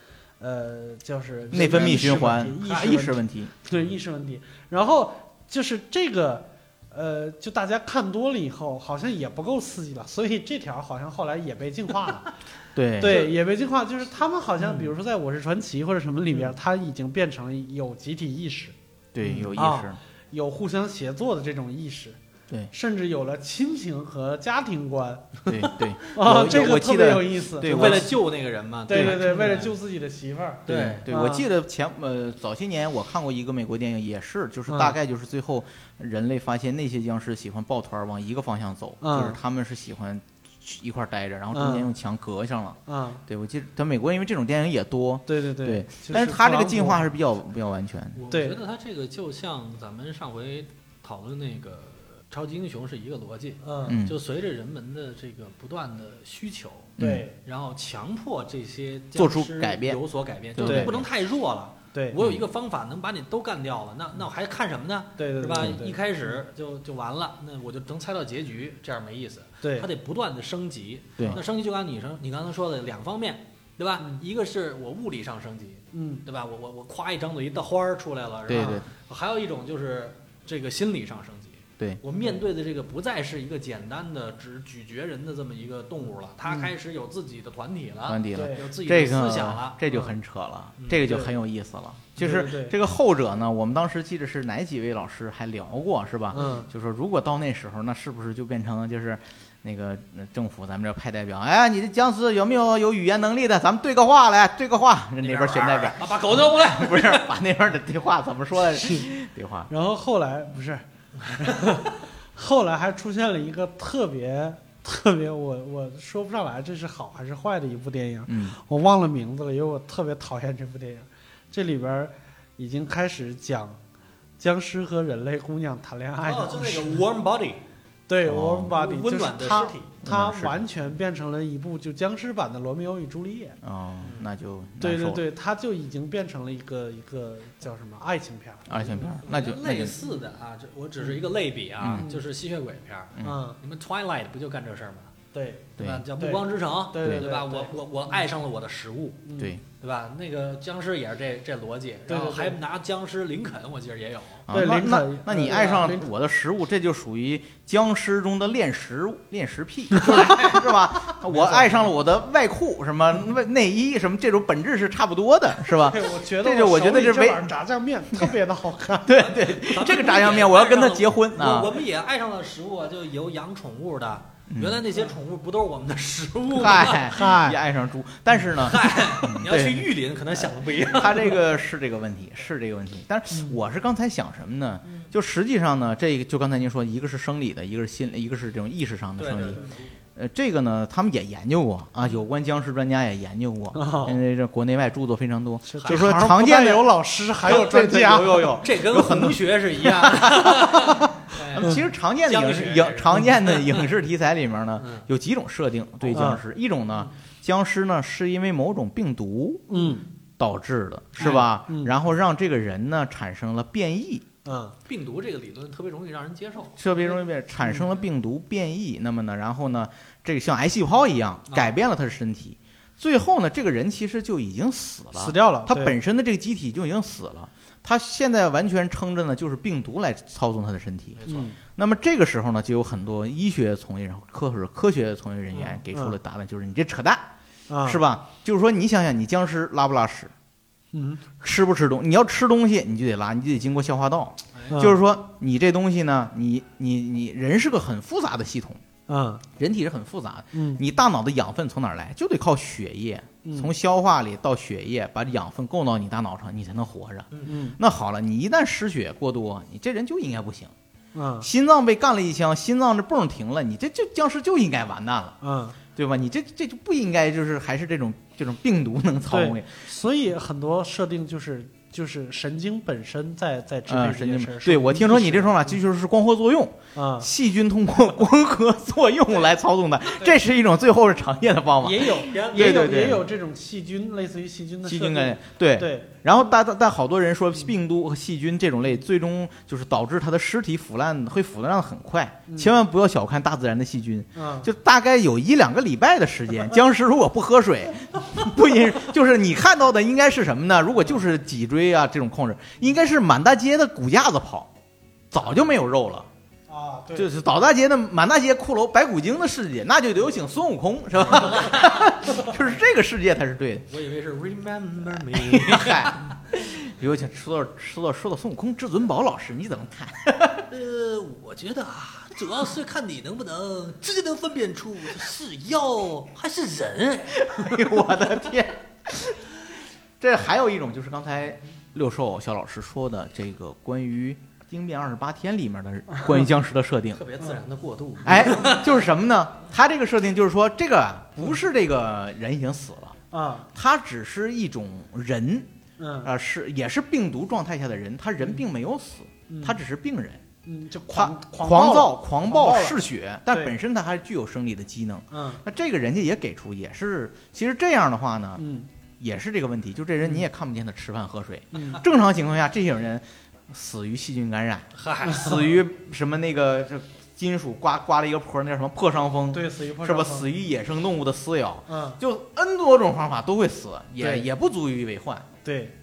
[SPEAKER 2] 呃，就是
[SPEAKER 1] 内分泌循环啊
[SPEAKER 2] 意
[SPEAKER 1] 意识
[SPEAKER 2] 识问题
[SPEAKER 1] 问题，
[SPEAKER 2] 对意识问题。然后就是这个，呃，就大家看多了以后，好像也不够刺激了，所以这条好像后来也被净化了。
[SPEAKER 1] 对
[SPEAKER 2] 对，也没进化，就是他们好像，
[SPEAKER 1] 嗯
[SPEAKER 2] 比如说在《我是传奇》或者什么里边，他已经变成有集体意识，
[SPEAKER 1] 对
[SPEAKER 3] 嗯
[SPEAKER 1] 有意识
[SPEAKER 2] 啊，有互相协作的这种意识，
[SPEAKER 1] 对
[SPEAKER 2] 甚至有了亲情和家庭观
[SPEAKER 1] 对对
[SPEAKER 2] 啊
[SPEAKER 1] 有，
[SPEAKER 2] 这
[SPEAKER 1] 我
[SPEAKER 2] 个
[SPEAKER 1] 记
[SPEAKER 2] 特
[SPEAKER 1] 得
[SPEAKER 2] 别有意思。
[SPEAKER 1] 对
[SPEAKER 3] 就
[SPEAKER 1] 我
[SPEAKER 3] 为了救那个人嘛。
[SPEAKER 2] 啊对
[SPEAKER 3] 对
[SPEAKER 2] 对，为了救自己的媳妇儿，
[SPEAKER 3] 对
[SPEAKER 1] 对，
[SPEAKER 2] 啊
[SPEAKER 1] 我记得前呃早些年我看过一个美国电影，也是就是大
[SPEAKER 2] 嗯
[SPEAKER 1] 概就是最后人类发现那些僵尸喜欢抱团儿往一个方向走，
[SPEAKER 2] 嗯
[SPEAKER 1] 就是他们是喜欢去一块儿待着，然后中间
[SPEAKER 2] 嗯
[SPEAKER 1] 用墙隔上了。
[SPEAKER 2] 啊，
[SPEAKER 1] 对，我记得在美国因为这种电影也多，
[SPEAKER 2] 对对对
[SPEAKER 1] 对，
[SPEAKER 2] 就
[SPEAKER 1] 但是他这
[SPEAKER 2] 特
[SPEAKER 1] 个
[SPEAKER 2] 朗普
[SPEAKER 1] 进化是比较比较完全的。
[SPEAKER 3] 我
[SPEAKER 2] 对
[SPEAKER 3] 觉得他这个就像咱们上回讨论那个超级英雄是一个逻辑，
[SPEAKER 2] 嗯，
[SPEAKER 1] 嗯，
[SPEAKER 3] 就随着人们的这个不断的需求，
[SPEAKER 2] 对
[SPEAKER 3] 然后强迫这些僵
[SPEAKER 1] 做
[SPEAKER 3] 尸
[SPEAKER 1] 出改变
[SPEAKER 3] 有所改变，
[SPEAKER 1] 对
[SPEAKER 3] 就你不能太弱了。
[SPEAKER 2] 对
[SPEAKER 3] 我有一个方法能把你都干掉了，那那我还看什么呢？
[SPEAKER 2] 对对
[SPEAKER 3] 是吧？
[SPEAKER 2] 对
[SPEAKER 3] 一开始就就完了，那我就能猜到结局，这样没意思。
[SPEAKER 2] 对
[SPEAKER 3] 它得不断的升级。
[SPEAKER 1] 对
[SPEAKER 3] 那升级就按你上你刚才说的两方面，对吧？
[SPEAKER 2] 嗯
[SPEAKER 3] 一个是我物理上升级，
[SPEAKER 2] 嗯
[SPEAKER 3] 对吧？我我我夸一张嘴一道花儿出来了，是
[SPEAKER 1] 嗯对
[SPEAKER 3] 吧？
[SPEAKER 1] 对
[SPEAKER 3] 还有一种就是这个心理上升级。
[SPEAKER 1] 对
[SPEAKER 3] 我面对的这个不再是一个简单的只咀嚼人的这么一个动物了，它
[SPEAKER 2] 嗯
[SPEAKER 3] 开始有自己的团体了，
[SPEAKER 1] 团体了。
[SPEAKER 2] 对
[SPEAKER 3] 啊有自己的
[SPEAKER 1] 嗯这
[SPEAKER 3] 思想了
[SPEAKER 1] 个，这就
[SPEAKER 3] 嗯
[SPEAKER 1] 很扯了
[SPEAKER 3] 嗯，
[SPEAKER 1] 这个就
[SPEAKER 2] 对
[SPEAKER 1] 很有意思了。就
[SPEAKER 2] 对
[SPEAKER 1] 是
[SPEAKER 2] 对
[SPEAKER 1] 这个后者呢，我们当时记得是哪几位老师还聊过，是吧？
[SPEAKER 2] 嗯
[SPEAKER 1] 就说如果到那时候，那是不是就变成就是那个呃政府咱们这派代表？哎，你的僵尸有没有有语言能力的？咱们对个话来，对个话。那边选代 表，
[SPEAKER 3] 啊，把狗叼过来。
[SPEAKER 1] 不是把那边的对话怎么说来着？ 对话
[SPEAKER 2] 然后后来不是， 后来还出现了一个特别特别，我我说不上来这是好还是坏的一部电影，
[SPEAKER 1] 嗯，
[SPEAKER 2] 我忘了名字了，因为我特别讨厌这部电影。这里边儿已经开始讲僵尸和人类姑娘谈恋
[SPEAKER 1] 哎
[SPEAKER 2] 爱的
[SPEAKER 3] 哦，
[SPEAKER 2] 故
[SPEAKER 3] 就
[SPEAKER 2] 事，
[SPEAKER 3] 那个 warm body，
[SPEAKER 2] 对
[SPEAKER 1] 哦
[SPEAKER 2] warm body，
[SPEAKER 3] 温
[SPEAKER 2] 就是
[SPEAKER 3] 暖的
[SPEAKER 2] 它
[SPEAKER 3] 尸体
[SPEAKER 1] 温
[SPEAKER 2] 它
[SPEAKER 1] 暖尸体嗯
[SPEAKER 2] 完全变成了一部就僵尸版的《罗密欧与朱丽叶》。
[SPEAKER 1] 哦，那就
[SPEAKER 2] 对
[SPEAKER 1] 难受
[SPEAKER 2] 对
[SPEAKER 1] 了，
[SPEAKER 2] 对，它就已经变成了一个一个叫什么啊爱情片儿。
[SPEAKER 1] 二线片儿，那就那就
[SPEAKER 3] 类似的啊，这我只是一个类比啊，
[SPEAKER 2] 嗯
[SPEAKER 3] 就是吸血鬼片儿。
[SPEAKER 1] 嗯
[SPEAKER 2] 嗯，
[SPEAKER 3] 你们 Twilight 不就干这事儿吗？
[SPEAKER 2] 对
[SPEAKER 1] 对
[SPEAKER 3] 吧？叫《
[SPEAKER 2] 对
[SPEAKER 3] 暮光之城》，
[SPEAKER 2] 对
[SPEAKER 1] 对
[SPEAKER 2] 对
[SPEAKER 3] 吧？我我我爱上了我的食物，
[SPEAKER 2] 嗯
[SPEAKER 1] 对
[SPEAKER 3] 对吧？那个僵尸也是这这逻辑，
[SPEAKER 2] 对
[SPEAKER 3] 然后
[SPEAKER 2] 对
[SPEAKER 3] 还拿僵尸林肯，我记得也有。
[SPEAKER 1] 啊
[SPEAKER 2] 对
[SPEAKER 1] 那
[SPEAKER 2] 林
[SPEAKER 1] 那
[SPEAKER 2] 肯
[SPEAKER 1] 那你
[SPEAKER 2] 呃
[SPEAKER 1] 爱上
[SPEAKER 2] 林肯
[SPEAKER 1] 我的食物，这就属于僵尸中的恋食恋食癖， 是吧？我爱上了我的外裤，什么外内衣，什么这种本质是差不多的，是吧？
[SPEAKER 2] 对，我觉
[SPEAKER 1] 这
[SPEAKER 2] 得
[SPEAKER 1] 就我
[SPEAKER 2] 我
[SPEAKER 1] 觉得
[SPEAKER 2] 手里
[SPEAKER 1] 这
[SPEAKER 2] 这
[SPEAKER 1] 唯。
[SPEAKER 2] 碗炸酱面特别的好看
[SPEAKER 1] 对对， 这个炸酱面我要跟他结 婚
[SPEAKER 3] 我我
[SPEAKER 1] 啊！
[SPEAKER 3] 们也爱上了食物啊，就有养宠物的。
[SPEAKER 1] 嗯
[SPEAKER 3] 原来那些宠物不都是我们的食物 吗？
[SPEAKER 1] 嗨，
[SPEAKER 2] 嗨
[SPEAKER 1] 也爱上猪，但是呢，
[SPEAKER 3] 你要去玉林，可能想的
[SPEAKER 1] 哎
[SPEAKER 3] 不一样。
[SPEAKER 1] 他这个是这个问题，是这个问题。但是
[SPEAKER 2] 嗯
[SPEAKER 1] 我是刚才想什么呢
[SPEAKER 3] 嗯？
[SPEAKER 1] 就实际上呢，这个就刚才您说，一个是生理的，一个是心，一个是这种意识上的
[SPEAKER 3] 对
[SPEAKER 1] 生
[SPEAKER 3] 对
[SPEAKER 1] 理。
[SPEAKER 3] 对，
[SPEAKER 1] 呃，这个呢，他们也研究过啊，有关僵尸专家也研究过，
[SPEAKER 2] 哦
[SPEAKER 1] 因为这国内外著作非常多，
[SPEAKER 2] 是
[SPEAKER 1] 嗯就是说
[SPEAKER 2] 这行
[SPEAKER 1] 常
[SPEAKER 2] 不
[SPEAKER 1] 见
[SPEAKER 2] 但
[SPEAKER 1] 的
[SPEAKER 2] 有 老师，还有专
[SPEAKER 1] 对对
[SPEAKER 2] 家，
[SPEAKER 1] 有有有。嗯
[SPEAKER 3] 这跟红学是一样的。哎对
[SPEAKER 1] 其实常见的影视
[SPEAKER 3] 嗯僵尸
[SPEAKER 1] 影常见的影视题材里面呢，
[SPEAKER 3] 嗯
[SPEAKER 1] 有几种设定对僵
[SPEAKER 3] 啊
[SPEAKER 1] 尸，一种呢，僵尸呢是因为某种病毒
[SPEAKER 2] 嗯
[SPEAKER 1] 导致的，是吧？
[SPEAKER 2] 嗯
[SPEAKER 1] 然后让这个人呢产生了变异，
[SPEAKER 2] 嗯
[SPEAKER 3] 病毒这个理论特别容易让人接受。
[SPEAKER 1] 特别容易变产生了病毒变异，那么呢，然后呢，这个像癌细胞一样
[SPEAKER 3] 啊
[SPEAKER 1] 改变了他的身体，最后呢，这个人其实就已经死了，
[SPEAKER 2] 死掉了。
[SPEAKER 1] 他
[SPEAKER 2] 对
[SPEAKER 1] 本身的这个机体就已经死了，他现在完全撑着呢，就是病毒来操纵他的身体。
[SPEAKER 3] 没错，
[SPEAKER 2] 嗯
[SPEAKER 1] 那么这个时候呢，就有很多医学从业人、科学科学从业人员
[SPEAKER 3] 嗯
[SPEAKER 1] 给出了答案，就是你这扯淡，
[SPEAKER 2] 啊
[SPEAKER 1] 是吧？就是说，你想想，你僵尸拉不拉屎，
[SPEAKER 2] 嗯
[SPEAKER 1] 吃不吃东？你要吃东西，你就得拉，你就得经过消化道。
[SPEAKER 3] 哎
[SPEAKER 2] 嗯
[SPEAKER 1] 就是说，你这东西呢，你你你人是个很复杂的系统，
[SPEAKER 2] 嗯
[SPEAKER 1] 人体是很复杂的，
[SPEAKER 2] 嗯
[SPEAKER 1] 你大脑的养分从哪儿来？就得靠血液，
[SPEAKER 2] 嗯
[SPEAKER 1] 从消化里到血液，把养分供到你大脑上，你才能活着。
[SPEAKER 2] 嗯
[SPEAKER 1] 那好了，你一旦失血过多，你这人就应该不行。
[SPEAKER 2] 嗯
[SPEAKER 1] 心脏被干了一枪，心脏这泵停了，你这就僵尸就应该完蛋了，
[SPEAKER 2] 嗯，
[SPEAKER 1] 对吧？你这这就不应该就是还是这种这种病毒能操控你，
[SPEAKER 2] 所以很多设定就是就是神经本身在在支配
[SPEAKER 1] 嗯，
[SPEAKER 2] 这
[SPEAKER 1] 神
[SPEAKER 2] 件
[SPEAKER 1] 经
[SPEAKER 2] 事
[SPEAKER 1] 病
[SPEAKER 2] 儿。。
[SPEAKER 1] 对我听说你这说法，这
[SPEAKER 2] 就
[SPEAKER 1] 就是光合作用，
[SPEAKER 2] 啊
[SPEAKER 1] 细菌通过光合作用来操纵的，这是一种最后是常见的方法。
[SPEAKER 2] 也有
[SPEAKER 1] 对
[SPEAKER 2] 也有
[SPEAKER 1] 对对
[SPEAKER 2] 也有这种细菌，类似于细菌的
[SPEAKER 1] 细
[SPEAKER 2] 设
[SPEAKER 1] 菌
[SPEAKER 2] 定
[SPEAKER 1] 概念，对，
[SPEAKER 2] 对
[SPEAKER 1] 然后但但但好多人说病毒和细菌这种类，最终就是导致它的尸体腐烂会腐烂的很快，
[SPEAKER 2] 嗯
[SPEAKER 1] 千万不要小看大自然的细菌，
[SPEAKER 2] 嗯
[SPEAKER 1] 就大概有一两个礼拜的时 间，僵尸如果不喝水， 不饮，就是你看到的应该是什么呢？如果就是脊椎啊这种控制，应该是满大街的骨架子跑，早就没有肉了。
[SPEAKER 2] 啊对
[SPEAKER 1] 就是早大街的满大街骷髅白骨精的世界，那就得有请孙悟空是吧？就是这个世界才是对的。
[SPEAKER 3] 我以为是 Remember Me，
[SPEAKER 1] 嗨，有请说到说到说到孙悟空至尊宝老师，你怎么看？
[SPEAKER 3] 呃，我觉得啊，主要是看你能不能直接能分辨出是妖还是人。
[SPEAKER 1] 哎呦我的天！这还有一种就是刚才六兽小老师说的这个关于《惊变二十八天》里面的关于僵尸的设 定。
[SPEAKER 3] 特别自然的过渡，
[SPEAKER 1] 哎，就是什么呢？他这个设定就是说，这个啊不是这个人已经死了，
[SPEAKER 2] 啊
[SPEAKER 1] 他只是一种人，
[SPEAKER 2] 嗯
[SPEAKER 1] 啊，是也是病毒状态下的人，他人并没有死，
[SPEAKER 2] 嗯
[SPEAKER 1] 他只是病人，
[SPEAKER 2] 嗯就
[SPEAKER 1] 他
[SPEAKER 2] 狂
[SPEAKER 1] 狂
[SPEAKER 2] 躁
[SPEAKER 1] 躁、狂
[SPEAKER 2] 暴
[SPEAKER 1] 暴、
[SPEAKER 2] 了
[SPEAKER 1] 嗜血，但
[SPEAKER 2] 对
[SPEAKER 1] 本身他还具有生理的机能。
[SPEAKER 2] 嗯
[SPEAKER 1] 那这个人家也给出，也是其实这样的话呢，
[SPEAKER 2] 嗯
[SPEAKER 1] 也是这个问题，就这人你也看不见他吃饭喝水。
[SPEAKER 2] 嗯
[SPEAKER 1] 正常情况下，这种人死于细菌感染，
[SPEAKER 3] 嗨，
[SPEAKER 1] 死 于什么那个这金属刮刮了一个破，那叫什么破伤风，
[SPEAKER 2] 对死于破
[SPEAKER 1] 是吧？
[SPEAKER 2] 伤风
[SPEAKER 1] 死于野生动物的撕咬，
[SPEAKER 2] 嗯
[SPEAKER 1] 就 N 多种方法都会死，也
[SPEAKER 2] 对
[SPEAKER 1] 也不足以为患。
[SPEAKER 2] 对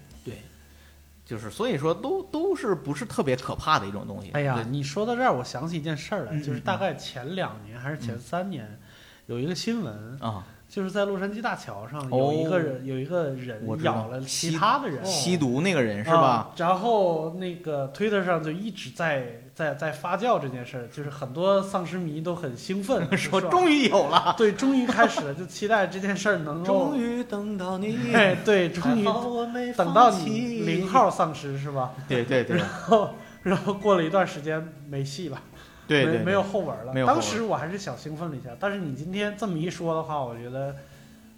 [SPEAKER 1] 就是所以说都都是不是特别可怕的一种东西。
[SPEAKER 2] 哎呀
[SPEAKER 1] 对，，
[SPEAKER 2] 你说到这儿，我想起一件事儿来，
[SPEAKER 1] 嗯
[SPEAKER 2] 就是大概前两年还是前三年，有一个新闻，
[SPEAKER 1] 啊，
[SPEAKER 2] 就是在洛杉矶大桥上
[SPEAKER 1] 哦
[SPEAKER 2] 有一个人有一个人
[SPEAKER 1] 我知道
[SPEAKER 2] 咬了
[SPEAKER 1] 吸
[SPEAKER 2] 其他的人，
[SPEAKER 1] 吸毒那个人是
[SPEAKER 2] 啊
[SPEAKER 1] 吧？？
[SPEAKER 2] 然后那个推特上就一直在在在发酵这件事儿，就是很多丧尸迷都很兴 奋，就
[SPEAKER 1] 说
[SPEAKER 2] 是啊
[SPEAKER 1] 终于有了，
[SPEAKER 2] 对，终于开始了，就期待这件事儿能够
[SPEAKER 3] 终，于等到你，
[SPEAKER 2] 哦哎，对，终于
[SPEAKER 3] 还好我没
[SPEAKER 2] 等到
[SPEAKER 3] 放
[SPEAKER 2] 你
[SPEAKER 3] 弃
[SPEAKER 2] 零号丧尸是吧？
[SPEAKER 1] 对对 对
[SPEAKER 2] 然后然后过了一段时间没戏了。
[SPEAKER 1] 对
[SPEAKER 2] 没
[SPEAKER 1] 对，
[SPEAKER 2] 没有后文了。
[SPEAKER 1] 没有后文
[SPEAKER 2] 当时我还是小兴奋了一下，但是你今天这么一说的话，我觉得，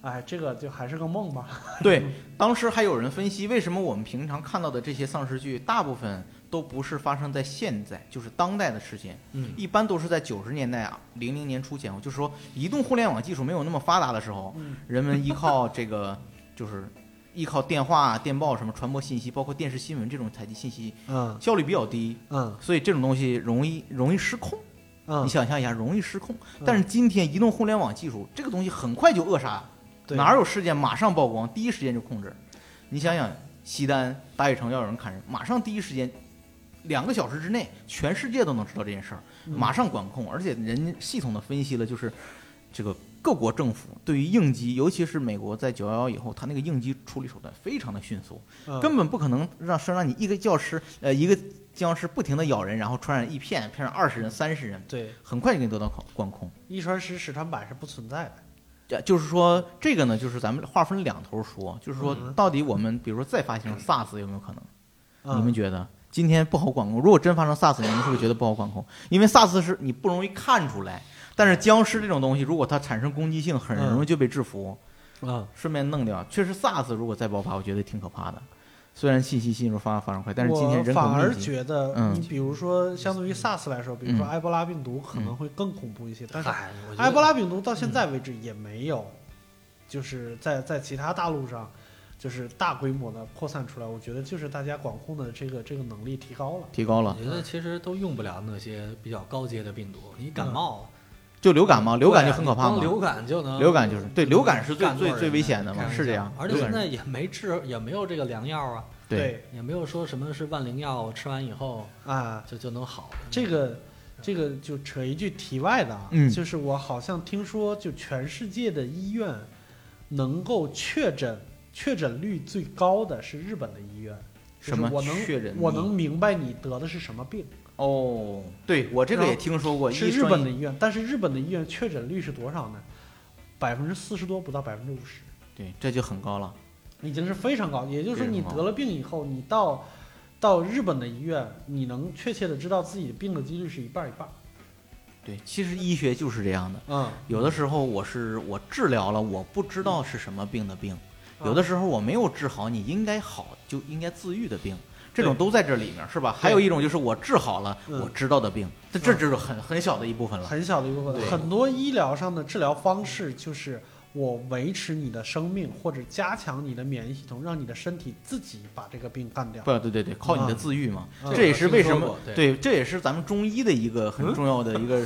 [SPEAKER 2] 哎，这个就还是个梦吧。
[SPEAKER 1] 对，当时还有人分析，为什么我们平常看到的这些丧尸剧，大部分都不是发生在现在，就是当代的事情，
[SPEAKER 3] 嗯，
[SPEAKER 1] 一般都是在九十年代啊，零零年初前后，就是说移动互联网技术没有那么发达的时候，
[SPEAKER 2] 嗯
[SPEAKER 1] 人们依靠这个就是依靠电话、啊电报什么传播信息，包括电视新闻这种采集信息，
[SPEAKER 2] 嗯
[SPEAKER 1] 效率比较低，
[SPEAKER 2] 嗯
[SPEAKER 1] 所以这种东西容易容易失控。你
[SPEAKER 2] 嗯，
[SPEAKER 1] 想象一下，容易失控。
[SPEAKER 2] 嗯
[SPEAKER 1] 但是今天移动互联网技术这个东西很快就扼杀，
[SPEAKER 2] 对
[SPEAKER 1] 哪有事件马上曝光，第一时间就控制？你想想，西单大悦城要有人砍人，马上第一时间，两个小时之内，全世界都能知道这件事儿，
[SPEAKER 2] 嗯
[SPEAKER 1] 马上管控，而且人家系统的分析了，就是这个各国政府对于应急，尤其是美国在九幺幺以后，它那个应急处理手段非常的迅速，
[SPEAKER 2] 嗯
[SPEAKER 1] 根本不可能让说让你一个教师呃一个僵尸不停的咬人，然后传染一片，骗上二十人、三十人。
[SPEAKER 2] 对
[SPEAKER 1] 很快就给你得到管管控。
[SPEAKER 2] 一传十，十传百是不存在的。
[SPEAKER 1] 这就是说，这个呢，就是咱们划分两头说，就是说
[SPEAKER 2] 嗯，
[SPEAKER 1] 到底我们比如说再发生 SARS 有没有可能？
[SPEAKER 2] 嗯
[SPEAKER 1] 你们觉得今天不好管控？如果真发生 SARS，你们是不是觉得不好管控？因为 SARS 是你不容易看出来，但是僵尸这种东西，如果它产生攻击性，很容易就被制服，
[SPEAKER 2] 嗯
[SPEAKER 3] 啊
[SPEAKER 1] 顺便弄掉。确实，SARS 如果再爆发，我觉得挺可怕的。虽然信息进入发发展快，但是今天人
[SPEAKER 2] 我
[SPEAKER 1] 口
[SPEAKER 2] 反而
[SPEAKER 1] 密集，
[SPEAKER 2] 觉得，
[SPEAKER 1] 嗯
[SPEAKER 2] 你比如说，相对于 SARS 来说，比如说
[SPEAKER 1] 嗯嗯
[SPEAKER 2] 埃博拉病毒可能会更恐怖一些，
[SPEAKER 1] 哎
[SPEAKER 2] 但是
[SPEAKER 3] 嗨，哎我觉
[SPEAKER 2] 埃
[SPEAKER 3] 得
[SPEAKER 2] 博拉病毒到现在为止也没有，就是在在其他大陆上，就是大规模的扩散出来。我觉得就是大家管控的这个这个能力提高了。
[SPEAKER 1] 提高了
[SPEAKER 3] 我，觉得其实都用不了那些比较高阶的病毒，你感冒，
[SPEAKER 1] 就流嗯感嘛，流
[SPEAKER 2] 啊
[SPEAKER 1] 感就很可怕
[SPEAKER 3] 对
[SPEAKER 1] 嘛
[SPEAKER 3] 光。流感就能，
[SPEAKER 1] 流感就是对，流感是最
[SPEAKER 3] 干多
[SPEAKER 1] 最
[SPEAKER 3] 人
[SPEAKER 1] 最危险的
[SPEAKER 3] 开
[SPEAKER 1] 嘛，
[SPEAKER 3] 玩笑
[SPEAKER 1] 是这样。
[SPEAKER 3] 而且
[SPEAKER 1] 流感
[SPEAKER 3] 现
[SPEAKER 1] 是
[SPEAKER 3] 在也没治，也没有这个良药啊，
[SPEAKER 1] 对，
[SPEAKER 2] 对
[SPEAKER 3] 也没有说什么是万灵药，吃完以后
[SPEAKER 2] 啊，
[SPEAKER 3] 就就能好。
[SPEAKER 2] 这个这个就扯一句题外的啊，
[SPEAKER 1] 嗯
[SPEAKER 2] 就是我好像听说，就全世界的医院能够确诊确诊率最高的是日本的医院。就是
[SPEAKER 1] 什么
[SPEAKER 2] 我能
[SPEAKER 1] 确诊率
[SPEAKER 2] 我能明白你得的是什么病，
[SPEAKER 1] 哦，对我这个也听说过，
[SPEAKER 2] 是
[SPEAKER 1] 一
[SPEAKER 2] 日
[SPEAKER 1] 说
[SPEAKER 2] 本
[SPEAKER 1] 一
[SPEAKER 2] 的医院，但是日本的医院确诊率是多少呢？百分之四十多，不到百分之五十。
[SPEAKER 1] 对，这就很高了。
[SPEAKER 2] 已经是非常高。也就是
[SPEAKER 1] 非
[SPEAKER 2] 说，
[SPEAKER 1] 常
[SPEAKER 2] 你
[SPEAKER 1] 高
[SPEAKER 2] 得了病以后，你到到日本的医院，你能确切的知道自己病的几率是一半儿一半儿。
[SPEAKER 1] 对，其实医学就是这样的，
[SPEAKER 2] 嗯，
[SPEAKER 1] 有的时候我是我治疗了，我不知道是什么病的病，
[SPEAKER 2] 嗯
[SPEAKER 1] 有的时候我没有治好你应该好就应该自愈的病。这种都在这里面是吧？还有一种就是我治好了，
[SPEAKER 2] 嗯
[SPEAKER 1] 我知道的病，这这就是很很小的一部分了。
[SPEAKER 2] 很小的一部分。
[SPEAKER 1] 对
[SPEAKER 2] 很多医疗上的治疗方式就是我维持你的生命，或者加强你的免疫系统，让你的身体自己把这个病干掉。
[SPEAKER 1] 不，对对对，靠你的
[SPEAKER 2] 嗯
[SPEAKER 1] 自愈嘛，
[SPEAKER 2] 嗯
[SPEAKER 1] 这也是为什
[SPEAKER 3] 听说
[SPEAKER 1] 么
[SPEAKER 3] 过对
[SPEAKER 1] 对，这也是咱们中医的一个很重要的一个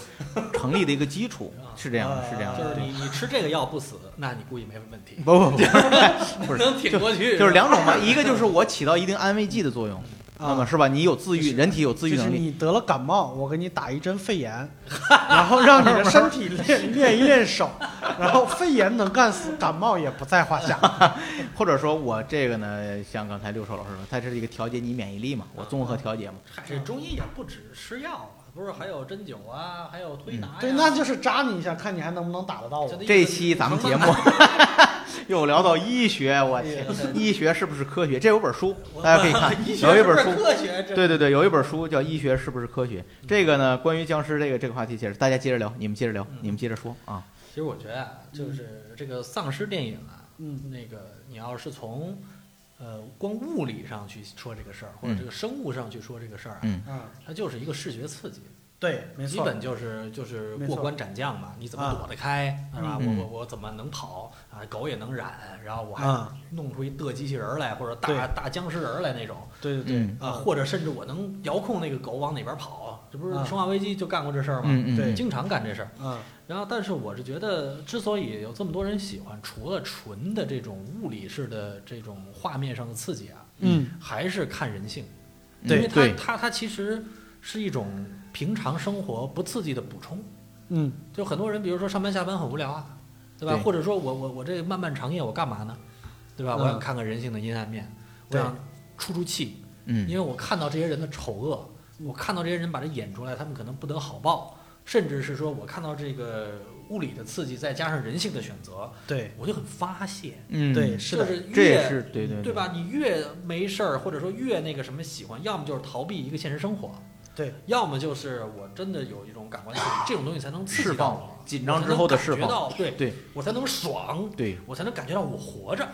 [SPEAKER 1] 成立的一个基础
[SPEAKER 3] 啊，
[SPEAKER 1] 是这样的，是这样
[SPEAKER 3] 就是
[SPEAKER 1] 的。
[SPEAKER 3] 你
[SPEAKER 1] 对
[SPEAKER 3] 你吃这个药不死，那你估计没问题，
[SPEAKER 1] 不不不，不是
[SPEAKER 3] 能挺过去。
[SPEAKER 1] 就是两种嘛，一个就是我起到一定安慰剂的作用，那么
[SPEAKER 2] 啊，
[SPEAKER 1] 是吧？你有自愈，人体有自愈
[SPEAKER 2] 就是
[SPEAKER 1] 能力，
[SPEAKER 2] 你得了感冒，我给你打一针肺 炎，然后让你的身体练练一练手， 然后肺炎能干死，感冒也不在话 下。
[SPEAKER 1] 或者说我这个呢，像刚才六兽老师说，它是一个调节你免疫力嘛，我综
[SPEAKER 3] 啊
[SPEAKER 1] 合调节嘛。
[SPEAKER 3] 嗨，这中医也不只吃药啊，不是还有针灸啊，还有推拿
[SPEAKER 1] 嗯
[SPEAKER 3] 呀。
[SPEAKER 2] 对，那就是扎你一下，看你还能不能打得到我
[SPEAKER 3] 真。的
[SPEAKER 1] 这一期咱们节目 又聊到医学，我
[SPEAKER 3] 哎
[SPEAKER 1] 天，医学是不是科学？这有本书，大家可以看
[SPEAKER 3] 医，学
[SPEAKER 1] 有一
[SPEAKER 3] 是不
[SPEAKER 1] 本
[SPEAKER 3] 是
[SPEAKER 1] 书，
[SPEAKER 3] 科学这
[SPEAKER 1] 对对对，有一本书叫《医学是不是科学》，
[SPEAKER 3] 嗯
[SPEAKER 1] 这个呢，关于僵尸这个这个话题，其实大家接着聊，你们接着聊
[SPEAKER 3] 嗯，
[SPEAKER 1] 你们接着说啊。
[SPEAKER 3] 其实我觉得啊，就是这个丧尸电影啊，
[SPEAKER 2] 嗯
[SPEAKER 3] 那个你要是从呃光物理上去说这个事儿，或者
[SPEAKER 1] 嗯
[SPEAKER 3] 这个生物上去说这个事儿啊，
[SPEAKER 1] 嗯
[SPEAKER 2] 啊，
[SPEAKER 3] 它就是一个视觉刺激，
[SPEAKER 2] 对，没
[SPEAKER 3] 基
[SPEAKER 2] 错。
[SPEAKER 3] 本就是就是
[SPEAKER 2] 没
[SPEAKER 3] 过
[SPEAKER 2] 错
[SPEAKER 3] 关斩将嘛，你怎么
[SPEAKER 2] 啊
[SPEAKER 3] 躲得开，是吧？
[SPEAKER 1] 嗯
[SPEAKER 3] 我我我怎么能跑啊？狗也能染，然后我还
[SPEAKER 2] 啊，
[SPEAKER 3] 弄出一的机器人儿来，或者
[SPEAKER 2] 对
[SPEAKER 3] 大大僵尸人儿来那种
[SPEAKER 2] 对对对，
[SPEAKER 1] 嗯
[SPEAKER 3] 啊，
[SPEAKER 2] 啊
[SPEAKER 3] 或者甚至我能遥控那个狗往哪边跑，这不是
[SPEAKER 2] 啊
[SPEAKER 3] 《生化危机》就干过这事儿吗？
[SPEAKER 1] 嗯嗯，
[SPEAKER 2] 对
[SPEAKER 1] 嗯
[SPEAKER 3] 经常干这事儿。
[SPEAKER 2] 嗯
[SPEAKER 3] 然后，但是我是觉得，之所以有这么多人喜欢，除了纯的这种物理式的这种画面上的刺激啊，
[SPEAKER 2] 嗯，
[SPEAKER 3] 还是看人性，因
[SPEAKER 1] 嗯对
[SPEAKER 3] 为它
[SPEAKER 1] 对，
[SPEAKER 3] 它它其实是一种平常生活不刺激的补充。
[SPEAKER 2] 嗯，
[SPEAKER 3] 就很多人，比如说上班下班很无聊啊，对吧？
[SPEAKER 1] 对
[SPEAKER 3] 或者说我我我这漫漫长夜我干嘛呢？对吧？
[SPEAKER 2] 嗯
[SPEAKER 3] 我想看看人性的阴暗面，我
[SPEAKER 2] 对
[SPEAKER 3] 想出出气，
[SPEAKER 1] 嗯
[SPEAKER 3] 因为我看到这些人的丑恶，
[SPEAKER 2] 嗯
[SPEAKER 3] 我看到这些人把这演出来，他们可能不得好报，甚至是说我看到这个物理的刺激，再加上人性的选择，
[SPEAKER 2] 对
[SPEAKER 3] 我就很发泄。
[SPEAKER 1] 嗯
[SPEAKER 2] 对，，是的
[SPEAKER 3] 就，是
[SPEAKER 1] 这
[SPEAKER 3] 越
[SPEAKER 1] 也是对对
[SPEAKER 3] 对？吧？你越没事儿，或者说越那个什么喜欢，要么就是逃避一个现实生活，
[SPEAKER 2] 对，
[SPEAKER 3] 要么就是我真的有一种感官刺激，这种东西才能刺激
[SPEAKER 1] 释
[SPEAKER 3] 到
[SPEAKER 1] 放
[SPEAKER 3] 我
[SPEAKER 1] 紧张之后的释
[SPEAKER 3] 我才能感觉
[SPEAKER 1] 放，
[SPEAKER 3] 到对
[SPEAKER 1] 对
[SPEAKER 3] 我才能爽，
[SPEAKER 1] 对。
[SPEAKER 3] 我才能感觉到我活着。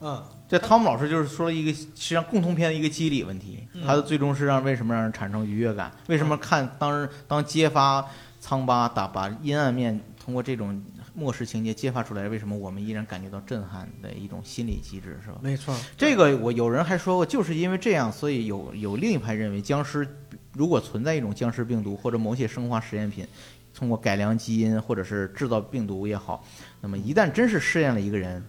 [SPEAKER 2] 嗯，
[SPEAKER 1] 这汤姆老师就是说了一个实际上共同篇的一个机理问题
[SPEAKER 3] 嗯，
[SPEAKER 1] 他的最终是让为什么让人产生愉悦感？为什么看当时当揭发苍巴打把阴暗面通过这种末世情节揭发出来，为什么我们依然感觉到震撼的一种心理机制是吧？
[SPEAKER 2] 没错，
[SPEAKER 1] 这个我有人还说过，就是因为这样，所以有有另一派认为，僵尸如果存在一种僵尸病毒或者某些生化实验品，通过改良基因或者是制造病毒也好，那么一旦真是试验了一个人，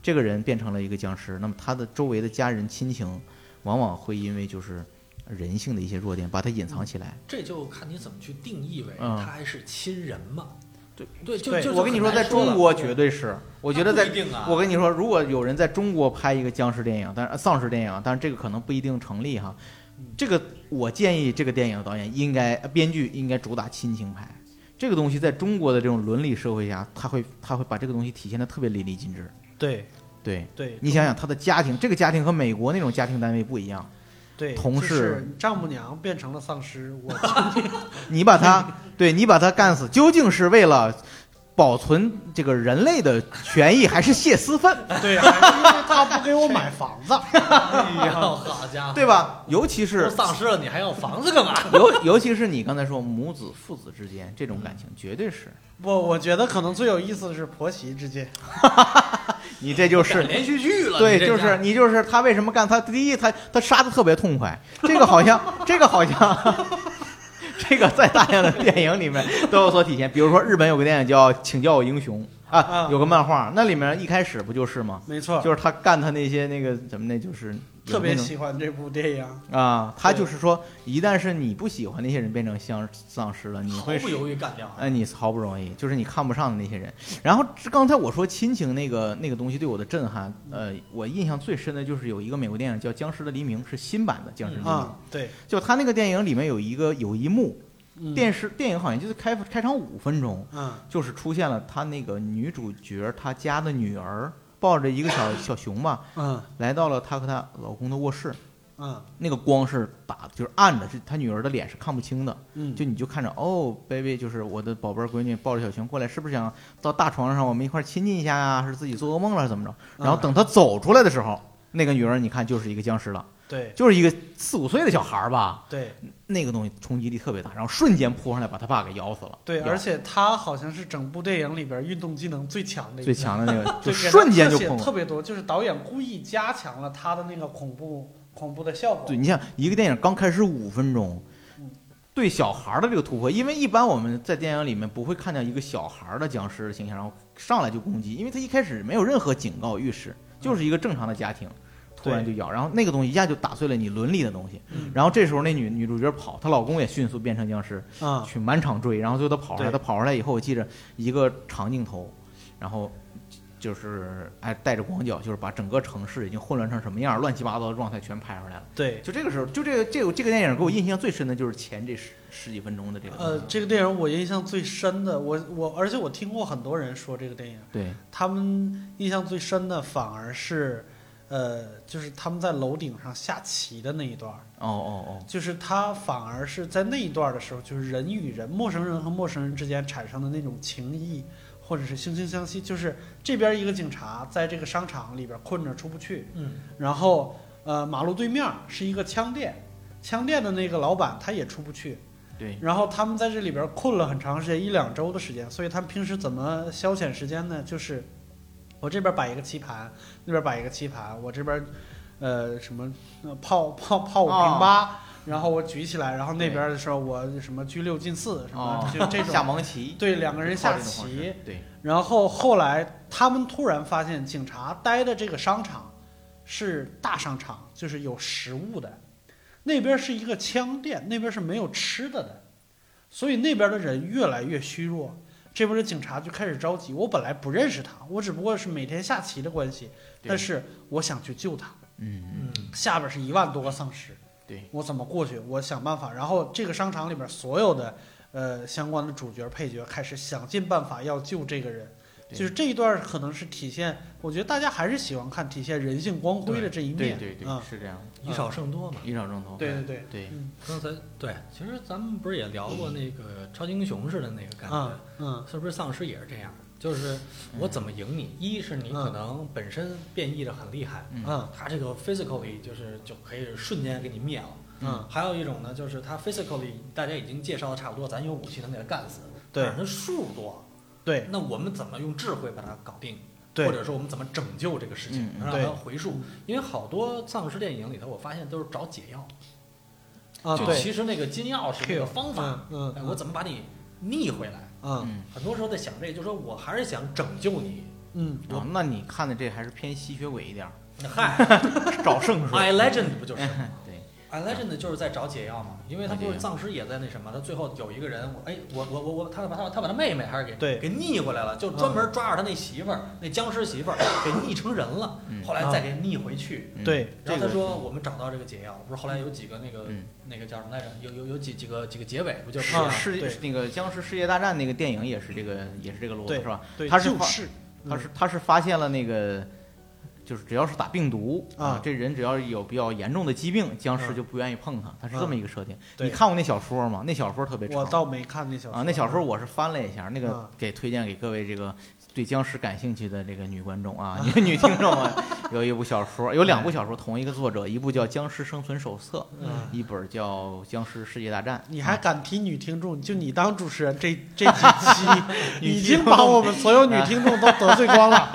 [SPEAKER 1] 这个人变成了一个僵尸，那么他的周围的家人亲情往往会因为就是人性的一些弱点把它隐藏起来。
[SPEAKER 3] 这就看你怎么去定义为
[SPEAKER 1] 嗯
[SPEAKER 3] 他还是亲人嘛。
[SPEAKER 1] 对
[SPEAKER 3] 对，就
[SPEAKER 2] 对
[SPEAKER 3] 就
[SPEAKER 1] 我跟你说，在中国绝对是，我
[SPEAKER 3] 我
[SPEAKER 1] 觉得在
[SPEAKER 3] 啊嗯一定啊，
[SPEAKER 1] 我跟你说，如果有人在中国拍一个僵尸电影，但是呃丧尸电影，但是这个可能不一定成立哈。这个我建议这个电影导演应该，呃编剧应该主打亲情牌。这个东西在中国的这种伦理社会下，他会他会把这个东西体现的特别淋漓尽致。
[SPEAKER 2] 对
[SPEAKER 1] 对
[SPEAKER 2] 对
[SPEAKER 1] 你想想，他的家庭，这个家庭和美国那种家庭单位不一样。
[SPEAKER 2] 对，
[SPEAKER 1] 同
[SPEAKER 2] 就
[SPEAKER 1] 事
[SPEAKER 2] 是丈母娘变成了丧尸，我
[SPEAKER 1] 你把他，对你把他干死，究竟是为了保存这个人类的权益，还是泄私愤？
[SPEAKER 2] 对，还是因为他不给我买房子，
[SPEAKER 3] 哎呀，好家伙，
[SPEAKER 1] 对吧？尤其
[SPEAKER 3] 都
[SPEAKER 1] 是
[SPEAKER 3] 丧尸了，你还要房子干嘛？
[SPEAKER 1] 尤尤其是你刚才说母子父子之间这种感情，绝对是
[SPEAKER 2] 我我觉得可能最有意思的是婆媳之间，
[SPEAKER 1] 你这就
[SPEAKER 3] 改
[SPEAKER 1] 是
[SPEAKER 3] 连续剧了，
[SPEAKER 1] 对，
[SPEAKER 3] 你这
[SPEAKER 1] 就
[SPEAKER 3] 家
[SPEAKER 1] 是你就是他为什么干他第一他他杀的特别痛快， 这个好像这个好像 这个在大量的电影里面都有所体现，比如说日本有个电影叫《请叫我英雄》啊
[SPEAKER 2] 啊，
[SPEAKER 1] 有个漫画，那里面一开始不就是吗？
[SPEAKER 2] 没错，
[SPEAKER 1] 就是他干他那些那个怎么那就是有
[SPEAKER 2] 特别
[SPEAKER 1] 那种
[SPEAKER 2] 喜欢这部电影，
[SPEAKER 1] 啊，他
[SPEAKER 2] 对
[SPEAKER 1] 就是说，一旦是你不喜欢那些人变成丧丧尸了，你
[SPEAKER 3] 毫
[SPEAKER 1] 会
[SPEAKER 3] 不犹豫干掉。啊
[SPEAKER 1] 哎，你好不容易，就是你看不上的那些人。然后这刚才我说亲情那个那个东西对我的震撼，呃，我印象最深的就是有一个美国电影叫《僵尸的黎明》，是新版的《僵尸的黎明》
[SPEAKER 2] 啊，对，
[SPEAKER 1] 就他那个电影里面有一个有一幕，
[SPEAKER 2] 嗯
[SPEAKER 1] 电视电影好像就是开开场五分钟，
[SPEAKER 2] 嗯
[SPEAKER 1] 就是出现了他那个女主角她家的女儿抱着一个小小熊吧，
[SPEAKER 2] 嗯
[SPEAKER 1] 来到了她和她老公的卧室。
[SPEAKER 2] 嗯
[SPEAKER 1] 那个光是打，就是暗的，是她女儿的脸是看不清的。
[SPEAKER 2] 嗯，
[SPEAKER 1] 就你就看着哦，baby，就是我的宝贝儿闺女抱着小熊过来，是不是想到大床上我们一块儿亲近一下呀、是自己做噩梦了，是怎么着？
[SPEAKER 2] 嗯
[SPEAKER 1] 然后等她走出来的时候，那个女儿你看就是一个僵尸了，
[SPEAKER 2] 对
[SPEAKER 1] 就是一个四五岁的小孩儿吧，
[SPEAKER 2] 对
[SPEAKER 1] 那个东西冲击力特别大，然后瞬间扑上来把他爸给咬死了。
[SPEAKER 2] 对，
[SPEAKER 1] 咬
[SPEAKER 2] 而且他好像是整部电影里边运动技能最强的一个，
[SPEAKER 1] 最强的那 个就
[SPEAKER 2] 对，给他
[SPEAKER 1] 瞬间就
[SPEAKER 2] 特写
[SPEAKER 1] 控制。
[SPEAKER 2] 特别多，就是导演故意加强了他的那个恐怖恐怖的效果。
[SPEAKER 1] 对你像一个电影刚开始五分钟
[SPEAKER 2] 嗯，
[SPEAKER 1] 对小孩儿的这个突破，因为一般我们在电影里面不会看见一个小孩儿的僵尸的形象，然后上来就攻击，因为他一开始没有任何警告预示，
[SPEAKER 2] 嗯
[SPEAKER 1] 就是一个正常的家庭。突然就咬，然后那个东西一下就打碎了你伦理的东西。
[SPEAKER 2] 嗯
[SPEAKER 1] 然后这时候那女女主角跑，她老公也迅速变成僵尸，
[SPEAKER 2] 啊，
[SPEAKER 1] 去满场追，然后最后他跑出来，
[SPEAKER 2] 对
[SPEAKER 1] 他跑出来以后，我记着一个长镜头，然后就是哎带着广角，就是把整个城市已经混乱成什么样，乱七八糟的状态全拍出来了。
[SPEAKER 2] 对，
[SPEAKER 1] 就这个时候，就这个这个这个电影给我印象最深的就是前这十十几分钟的这个东西。
[SPEAKER 2] 呃，这个电影我印象最深的，我我而且我听过很多人说这个电影，
[SPEAKER 1] 对
[SPEAKER 2] 他们印象最深的反而是，呃，就是他们在楼顶上下棋的那一段儿，
[SPEAKER 1] 哦哦
[SPEAKER 2] 就是他反而是在那一段儿的时候，就是人与人、陌生人和陌生人之间产生的那种情谊，或者是惺惺相惜，就是这边一个警察在这个商场里边困着出不去，
[SPEAKER 3] 嗯，
[SPEAKER 2] 然后呃马路对面是一个枪店，枪店的那个老板他也出不去，
[SPEAKER 1] 哦，对
[SPEAKER 2] 然后他们在这里边困了很长时间，一两周的时间，所以他们平时怎么消遣时间呢？就是我这边摆一个棋盘，那边摆一个棋盘，我这边呃什么呃泡泡泡五
[SPEAKER 1] 哦
[SPEAKER 2] 平八、然后我举起来，然后那边的时候我什么车六进四什么、
[SPEAKER 1] 哦，
[SPEAKER 2] 就这
[SPEAKER 1] 下
[SPEAKER 2] 种。
[SPEAKER 1] 蒙棋，
[SPEAKER 2] 对，两个人
[SPEAKER 1] 靠
[SPEAKER 2] 下
[SPEAKER 1] 这种方
[SPEAKER 2] 棋
[SPEAKER 1] 式，，对
[SPEAKER 2] 然后后来他们突然发现，警察待的这个商场是大商场，就是有食物的，那边是一个枪店，那边是没有吃的的，所以那边的人越来越虚弱。这边的警察就开始着急。我本来不认识他，我只不过是每天下棋的关系，
[SPEAKER 1] 对
[SPEAKER 2] 但是我想去救他。
[SPEAKER 1] 嗯嗯，
[SPEAKER 2] 下边是一万多个丧尸，
[SPEAKER 1] 对
[SPEAKER 2] 我怎么过去？我想办法。然后这个商场里边所有的呃相关的主角配角开始想尽办法要救这个人，
[SPEAKER 1] 对
[SPEAKER 2] 就是这一段可能是体现，我觉得大家还是喜欢看体现人性光辉的这一
[SPEAKER 1] 嗯对
[SPEAKER 2] 面。
[SPEAKER 1] 对对
[SPEAKER 2] 啊，
[SPEAKER 1] 是这样，
[SPEAKER 3] 以少胜多嘛。
[SPEAKER 1] 一场正头，
[SPEAKER 2] 对对对，
[SPEAKER 1] 对
[SPEAKER 2] 嗯
[SPEAKER 3] 刚才对，其实咱们不是也聊过那个超级英雄似的那个感觉，
[SPEAKER 2] 啊嗯
[SPEAKER 3] 是不是丧尸也是这样？就是我怎么赢你？一是你可能本身变异的很厉害，
[SPEAKER 1] 嗯
[SPEAKER 2] 嗯
[SPEAKER 3] 他这个 physically 就是就可以瞬间给你灭了。
[SPEAKER 2] 嗯，
[SPEAKER 3] 还有一种呢，就是他 physically 大家已经介绍的差不多，咱有武器能给他干死，
[SPEAKER 2] 对
[SPEAKER 3] 但是他数多，
[SPEAKER 2] 对
[SPEAKER 3] 那我们怎么用智慧把它搞定？
[SPEAKER 2] 对
[SPEAKER 3] 或者说我们怎么拯救这个事情，
[SPEAKER 1] 嗯
[SPEAKER 3] 让
[SPEAKER 2] 对
[SPEAKER 3] 它回溯？因为好多丧尸电影里头，我发现都是找解药，
[SPEAKER 2] 啊
[SPEAKER 3] 就
[SPEAKER 2] 对
[SPEAKER 3] 其实那个金钥匙那个
[SPEAKER 2] Kill，
[SPEAKER 3] 方法，
[SPEAKER 2] 嗯嗯
[SPEAKER 3] 哎，我怎么把你逆回来？
[SPEAKER 2] 嗯
[SPEAKER 1] 嗯。
[SPEAKER 3] 很多时候在想这个，就说我还是想拯救你。
[SPEAKER 2] 嗯
[SPEAKER 1] 哦，那你看的这还是偏吸血鬼一点儿，
[SPEAKER 3] 嗨
[SPEAKER 1] 找圣手。
[SPEAKER 3] ，I Legend 不就是
[SPEAKER 1] 对，
[SPEAKER 3] ？I 啊
[SPEAKER 1] 啊
[SPEAKER 3] Legend 就是在找解药嘛，因为他不是丧尸也在那什么，他最后有一个人，我哎，我我我我，他把他他把他妹妹还是给
[SPEAKER 2] 对
[SPEAKER 3] 给逆回来了，
[SPEAKER 1] 嗯
[SPEAKER 3] 就专门抓着他那媳妇儿，那僵尸媳妇儿给逆成人了，
[SPEAKER 1] 嗯
[SPEAKER 3] 后来再给逆回去。
[SPEAKER 1] 嗯
[SPEAKER 2] 对
[SPEAKER 3] 然后他
[SPEAKER 1] 这个
[SPEAKER 3] 说我们找到这个解药，不是后来有几个那个
[SPEAKER 1] 嗯
[SPEAKER 3] 那个叫什么来着？有有有几几个几个结尾不就是是
[SPEAKER 2] 是啊
[SPEAKER 1] 世界
[SPEAKER 2] 对
[SPEAKER 1] 是那个僵尸世界大战那个电影也是这个也是这个逻辑
[SPEAKER 2] 对
[SPEAKER 1] 是吧？
[SPEAKER 2] 对，嗯
[SPEAKER 1] 他是
[SPEAKER 2] 就
[SPEAKER 1] 放
[SPEAKER 2] 是
[SPEAKER 1] 他是他是发现了那个，就是只要是打病毒
[SPEAKER 2] 啊
[SPEAKER 1] 这人只要有比较严重的疾病，僵尸
[SPEAKER 2] 啊
[SPEAKER 1] 就不愿意碰他，他是这么一个设定。
[SPEAKER 2] 对
[SPEAKER 1] 你看过那小说吗？那小说特别
[SPEAKER 2] 我
[SPEAKER 1] 长
[SPEAKER 2] 倒没看那小说
[SPEAKER 1] 啊，那小说我是翻了一下，那个
[SPEAKER 2] 啊
[SPEAKER 1] 给推荐给各位这个对僵尸感兴趣的这个女观众 啊，女听众啊，有一部小说，有两部小说，同一个作者，一部叫《僵尸生存手册
[SPEAKER 2] 嗯》，。
[SPEAKER 1] 一本叫《僵尸世界大战》。
[SPEAKER 2] 你还敢提女听众？就你当主持人这这几期，
[SPEAKER 1] 女
[SPEAKER 2] 已
[SPEAKER 1] 听众
[SPEAKER 2] 经把我们所有女听众都得罪光了。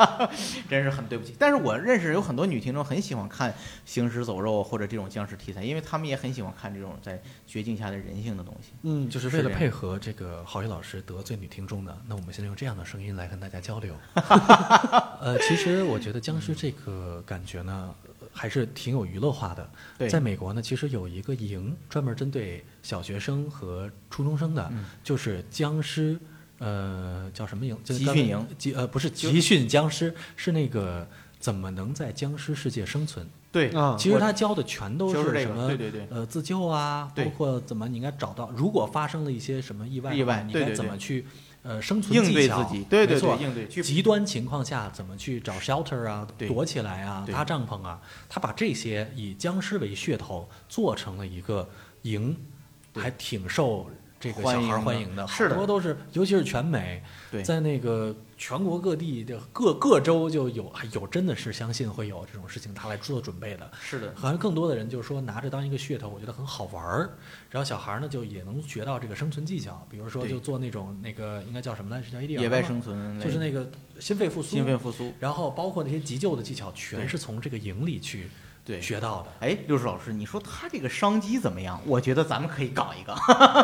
[SPEAKER 1] 真是很对不起。但是我认识有很多女听众很喜欢看行尸走肉啊或者这种僵尸题材，因为他们也很喜欢看这种在绝境下的人性的东西。
[SPEAKER 2] 嗯，
[SPEAKER 3] 就是
[SPEAKER 1] 为了配
[SPEAKER 3] 合这个郝宇老师得罪女听众呢，那我们现在用这样的声音来跟大家交 流。呃，其实我觉得僵尸这个感觉呢，还是挺有娱乐化的。
[SPEAKER 1] 对
[SPEAKER 3] 在美国呢，其实有一个营专门针对小学生和初中生的，
[SPEAKER 1] 嗯
[SPEAKER 3] 就是僵尸，呃，叫什么营？就是
[SPEAKER 1] 集
[SPEAKER 3] 刚才
[SPEAKER 1] 训营，
[SPEAKER 3] 集呃不是
[SPEAKER 1] 就
[SPEAKER 3] 集训僵尸，是那个怎么能在僵尸世界生存？
[SPEAKER 1] 对
[SPEAKER 2] 啊
[SPEAKER 3] 其实他教的全都
[SPEAKER 1] 就是这
[SPEAKER 3] 什
[SPEAKER 1] 个
[SPEAKER 3] 么？
[SPEAKER 1] 对对对
[SPEAKER 3] 呃，自救啊，包
[SPEAKER 1] 对
[SPEAKER 3] 括怎么你应该找到，如果发生了一些什么意外的话，
[SPEAKER 1] 意外
[SPEAKER 3] 你
[SPEAKER 1] 对
[SPEAKER 3] 该
[SPEAKER 1] 对
[SPEAKER 3] 怎
[SPEAKER 1] 对
[SPEAKER 3] 么去呃生存
[SPEAKER 1] 应对
[SPEAKER 3] 技巧
[SPEAKER 1] 自己，对对
[SPEAKER 3] 没错
[SPEAKER 1] 对，应对去
[SPEAKER 3] 极端情况下怎么去找 shelter 啊，
[SPEAKER 1] 对
[SPEAKER 3] 躲起来啊，
[SPEAKER 1] 对
[SPEAKER 3] 搭帐篷啊，他把这些以僵尸为噱头做成了一个营，
[SPEAKER 1] 对
[SPEAKER 3] 还挺受这个
[SPEAKER 1] 欢
[SPEAKER 3] 小孩儿
[SPEAKER 1] 迎
[SPEAKER 3] 欢
[SPEAKER 1] 的
[SPEAKER 3] 迎的，
[SPEAKER 1] 是
[SPEAKER 3] 好
[SPEAKER 1] 的
[SPEAKER 3] 多都是，尤其是全美，
[SPEAKER 1] 对
[SPEAKER 3] 在那个全国各地的各各州就有哎有真的是相信会有这种事情，他来做准备的。
[SPEAKER 1] 是的，
[SPEAKER 3] 好像更多的人就是说拿着当一个噱头，我觉得很好玩儿。然后小孩儿呢就也能学到这个生存技巧，比如说
[SPEAKER 1] 对
[SPEAKER 3] 就做那种那个应该叫什么来着？叫 ADR
[SPEAKER 1] 野外
[SPEAKER 3] 吗
[SPEAKER 1] 生存类
[SPEAKER 3] 就是那个心肺复苏，
[SPEAKER 1] 心肺复苏，
[SPEAKER 3] 然后包括那些急救的技巧，全
[SPEAKER 1] 对
[SPEAKER 3] 是从这个营里去
[SPEAKER 1] 对。
[SPEAKER 3] 学到的。
[SPEAKER 1] 哎，六叔老师，你说他这个商机怎么样？我觉得咱们可以搞一个，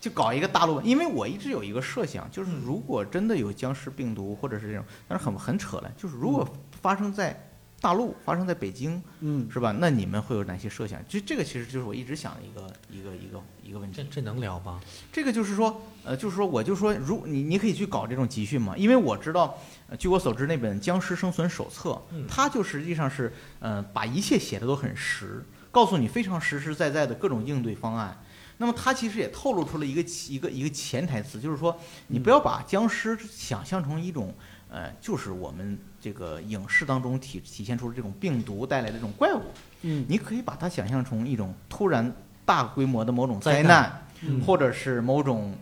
[SPEAKER 1] 就搞一个大陆，因为我一直有一个设想，就是如果真的有僵尸病毒或者是这种，但是很很扯了，就是如果发生在大陆，发生在北京，
[SPEAKER 2] 嗯，
[SPEAKER 1] 是吧？那你们会有哪些设想？就这个其实就是我一直想的一个一个一个一个问
[SPEAKER 3] 这
[SPEAKER 1] 题。
[SPEAKER 3] 这能聊吗？
[SPEAKER 1] 这个就是说，呃，就是说，我就说，如你你可以去搞这种集训嘛，因为我知道，呃据我所知，那本《僵尸生存手册》
[SPEAKER 3] 嗯，
[SPEAKER 1] 它就实际上是，呃，把一切写的都很实，告诉你非常实实在在的各种应对方案。那么它其实也透露出了一个其一个一个潜台词，就是说，你不要把僵尸想象成一种，呃，就是我们这个影视当中体体现出的这种病毒带来的这种怪物，
[SPEAKER 2] 嗯
[SPEAKER 1] 你可以把它想象成一种突然大规模的某种
[SPEAKER 3] 灾
[SPEAKER 1] 灾
[SPEAKER 3] 难
[SPEAKER 1] 难
[SPEAKER 2] 嗯
[SPEAKER 1] 嗯或者是某种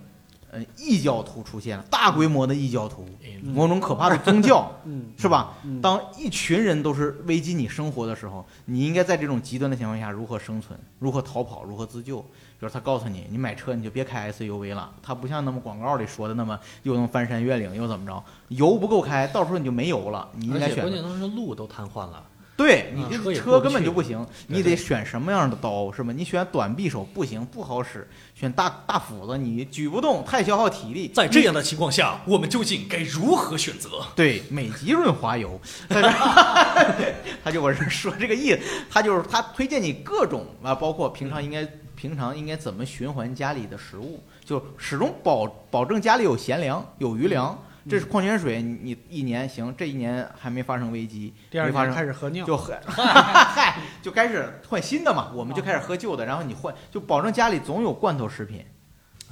[SPEAKER 1] 呃异教徒出现了，大规模的异教徒，
[SPEAKER 3] 嗯
[SPEAKER 2] 嗯
[SPEAKER 1] 某种可怕的宗 教，
[SPEAKER 2] 嗯
[SPEAKER 1] 是吧？
[SPEAKER 2] 嗯，
[SPEAKER 1] 当一群人都是危及你生活的时候，你应该在这种极端的情况下如何生存、如何逃跑、如何自救。比如他告诉你，你买车你就别开 SUV 了，它不像那么广告里说的那么又能翻山越岭又怎么着，油不够开，到时候你就没油了，你应
[SPEAKER 3] 而
[SPEAKER 1] 该
[SPEAKER 3] 且
[SPEAKER 1] 选
[SPEAKER 3] 关
[SPEAKER 1] 择
[SPEAKER 3] 键当时路都瘫痪了，
[SPEAKER 1] 对
[SPEAKER 3] 嗯
[SPEAKER 1] 你
[SPEAKER 3] 车
[SPEAKER 1] 这
[SPEAKER 3] 也过
[SPEAKER 1] 车
[SPEAKER 3] 不
[SPEAKER 1] 根本
[SPEAKER 3] 去
[SPEAKER 1] 就不行，
[SPEAKER 3] 对
[SPEAKER 1] 你
[SPEAKER 3] 对
[SPEAKER 1] 得选什么样的刀是吧？你选短匕首不行，不好使；选大大斧子你举不动，太消耗体力。
[SPEAKER 4] 在这样的情况下，我们究竟该如何选择？
[SPEAKER 1] 对，美极润滑 油，在这儿他就我是说这个意思，他就是他推荐你各种啊，包括平常应
[SPEAKER 3] 嗯
[SPEAKER 1] 该平常应该怎么循环家里的食物，就始终保保证家里有贤粮有余粮。
[SPEAKER 3] 嗯
[SPEAKER 1] 这是矿泉水，你你一年行，这一年还没发生危机，
[SPEAKER 2] 第二
[SPEAKER 1] 没发
[SPEAKER 2] 年
[SPEAKER 1] 生
[SPEAKER 2] 开始喝尿，
[SPEAKER 1] 就 喝，嗨，就开始换新的嘛，我们就开始喝旧的，然后你换，就保证家里总有罐头食品，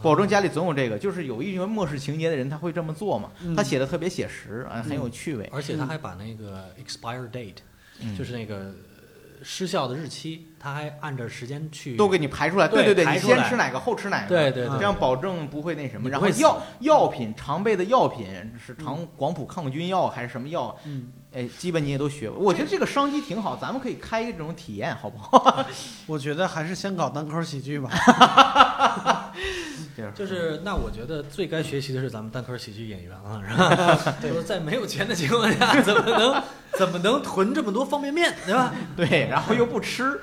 [SPEAKER 1] 保证家里总有这个，就是有一些末世情节的人他会这么做嘛，
[SPEAKER 2] 嗯
[SPEAKER 1] 他写的特别写实啊，很有趣味，
[SPEAKER 3] 而且他还把那个 expire date，、
[SPEAKER 1] 嗯
[SPEAKER 3] 就是那个呃失效的日期，他还按照时间去
[SPEAKER 1] 都给你排出来，对
[SPEAKER 3] 对
[SPEAKER 1] 对，
[SPEAKER 3] 排
[SPEAKER 1] 你
[SPEAKER 3] 出
[SPEAKER 1] 先
[SPEAKER 3] 来
[SPEAKER 1] 吃哪个后吃哪个，
[SPEAKER 3] 对对对
[SPEAKER 1] 这样保证不会那什么。
[SPEAKER 3] 你
[SPEAKER 1] 然
[SPEAKER 3] 不
[SPEAKER 1] 后
[SPEAKER 3] 会嗯
[SPEAKER 1] 药药品常备的药品是常广谱抗菌药还是什么药？
[SPEAKER 2] 嗯，
[SPEAKER 1] 哎，基本你也都学过。我觉得这个商机挺好，咱们可以开一个这种体验，好不好？
[SPEAKER 2] 我觉得还是先搞单口喜剧 吧。
[SPEAKER 1] 这样
[SPEAKER 3] 就是，那我觉得最该学习的是咱们单口喜剧演员了，是吧？ 就是在没有钱的情况下，怎么能怎么能囤这么多方便面，对吧？
[SPEAKER 1] 对，然后又不吃，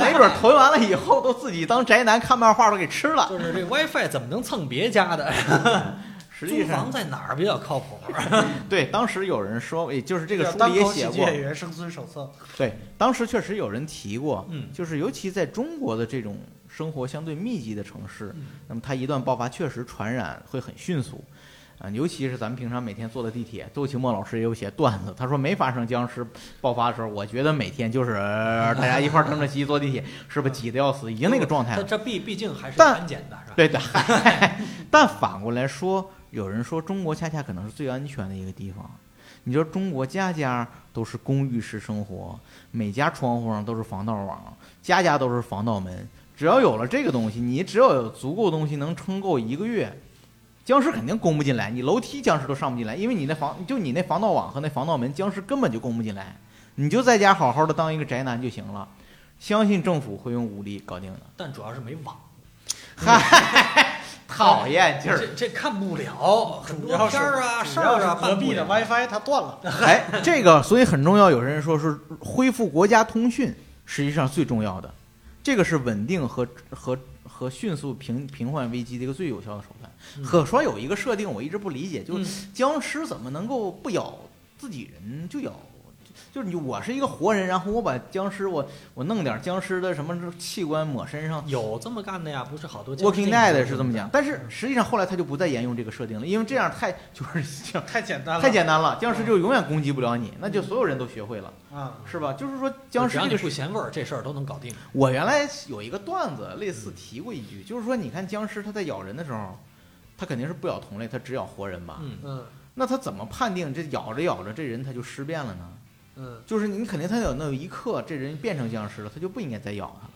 [SPEAKER 1] 没准儿囤完了以后都自己当宅男看漫画都给吃了。
[SPEAKER 3] 就是这 WiFi 怎么能蹭别家的？
[SPEAKER 1] 实
[SPEAKER 3] 租
[SPEAKER 1] 际
[SPEAKER 3] 房
[SPEAKER 1] 上，
[SPEAKER 3] 在哪儿比较靠谱？啊
[SPEAKER 1] 对，当时有人说，也就是这个
[SPEAKER 2] 叫
[SPEAKER 1] 书
[SPEAKER 2] 啊单
[SPEAKER 1] 里也
[SPEAKER 2] 口
[SPEAKER 1] 写
[SPEAKER 2] 喜剧
[SPEAKER 1] 过，
[SPEAKER 2] 演员生存手册，
[SPEAKER 1] 对，当时确实有人提过，
[SPEAKER 3] 嗯
[SPEAKER 1] 就是尤其在中国的这种生活相对密集的城市，
[SPEAKER 3] 嗯
[SPEAKER 1] 那么它一旦爆发，确实传染会很迅速。啊，尤其是咱们平常每天坐的地铁，周奇墨老师也有写段子，他说没发生僵尸爆发的时候，我觉得每天就是呃大家一块儿乘着席坐地铁，是不是挤得要死，已经那个状态
[SPEAKER 3] 这
[SPEAKER 1] 了。
[SPEAKER 3] 这毕毕竟还是
[SPEAKER 1] 但
[SPEAKER 3] 安检的，是吧？
[SPEAKER 1] 对的， 但反过来说，有人说中国恰恰可能是最安全的一个地方。你说中国家家都是公寓式生活，每家窗户上都是防盗网，家家都是防盗门。只要有了这个东西，你只要有足够东西能撑够一个月，僵尸肯定攻不进来。你楼梯僵尸都上不进来，因为你那防就你那防盗网和那防盗门，僵尸根本就攻不进来。你就在家好好的当一个宅男就行了，相信政府会用武力搞定的。
[SPEAKER 3] 但主要是没网，
[SPEAKER 1] 讨厌劲儿。
[SPEAKER 3] 这这看不了，很
[SPEAKER 2] 主
[SPEAKER 3] 多
[SPEAKER 2] 要是
[SPEAKER 3] 片儿啊、
[SPEAKER 2] 只
[SPEAKER 3] 事
[SPEAKER 2] 要
[SPEAKER 3] 儿
[SPEAKER 2] 是
[SPEAKER 3] 啊，
[SPEAKER 2] 隔壁的
[SPEAKER 3] 办不了
[SPEAKER 2] WiFi 它断了，
[SPEAKER 1] 哎，这个所以很重要。有人说是恢复国家通讯，实际上最重要的，这个是稳定和和和迅速平平缓危机的一个最有效的手段。
[SPEAKER 3] 嗯
[SPEAKER 1] 可说有一个设定我一直不理解，就是
[SPEAKER 3] 嗯
[SPEAKER 1] 僵尸怎么能够不咬自己人就咬？就是你我是一个活人，然后我把僵尸我我弄点僵尸的什么器官抹身上，
[SPEAKER 3] 有这么干的呀，不是好多
[SPEAKER 1] 《Walking
[SPEAKER 3] 僵尸
[SPEAKER 1] Dead
[SPEAKER 3] 电》影
[SPEAKER 1] 是这么嗯讲，但是实际上后来他就不再沿用这个设定了，因为这样太 就是这样
[SPEAKER 2] 太简单了，
[SPEAKER 1] 太简单了，嗯僵尸就永远攻击不了你，那就所有人都学会了。
[SPEAKER 2] 啊，
[SPEAKER 1] 是吧？就是说僵尸
[SPEAKER 3] 只要
[SPEAKER 1] 这
[SPEAKER 3] 你
[SPEAKER 1] 个
[SPEAKER 3] 不
[SPEAKER 1] 是，
[SPEAKER 3] 嫌味儿，这事儿都能搞定。啊
[SPEAKER 1] 我嗯原来有一个段子类似提过一句，就是说你看僵尸它在咬人的时候，他肯定是不咬同类，他只咬活人吧？
[SPEAKER 3] 嗯，
[SPEAKER 2] 嗯
[SPEAKER 1] 那他怎么判定这咬着咬着这人他就尸变了呢？
[SPEAKER 2] 嗯
[SPEAKER 1] 就是你肯定他有那有一刻这人变成僵尸了，他就不应该再咬他了。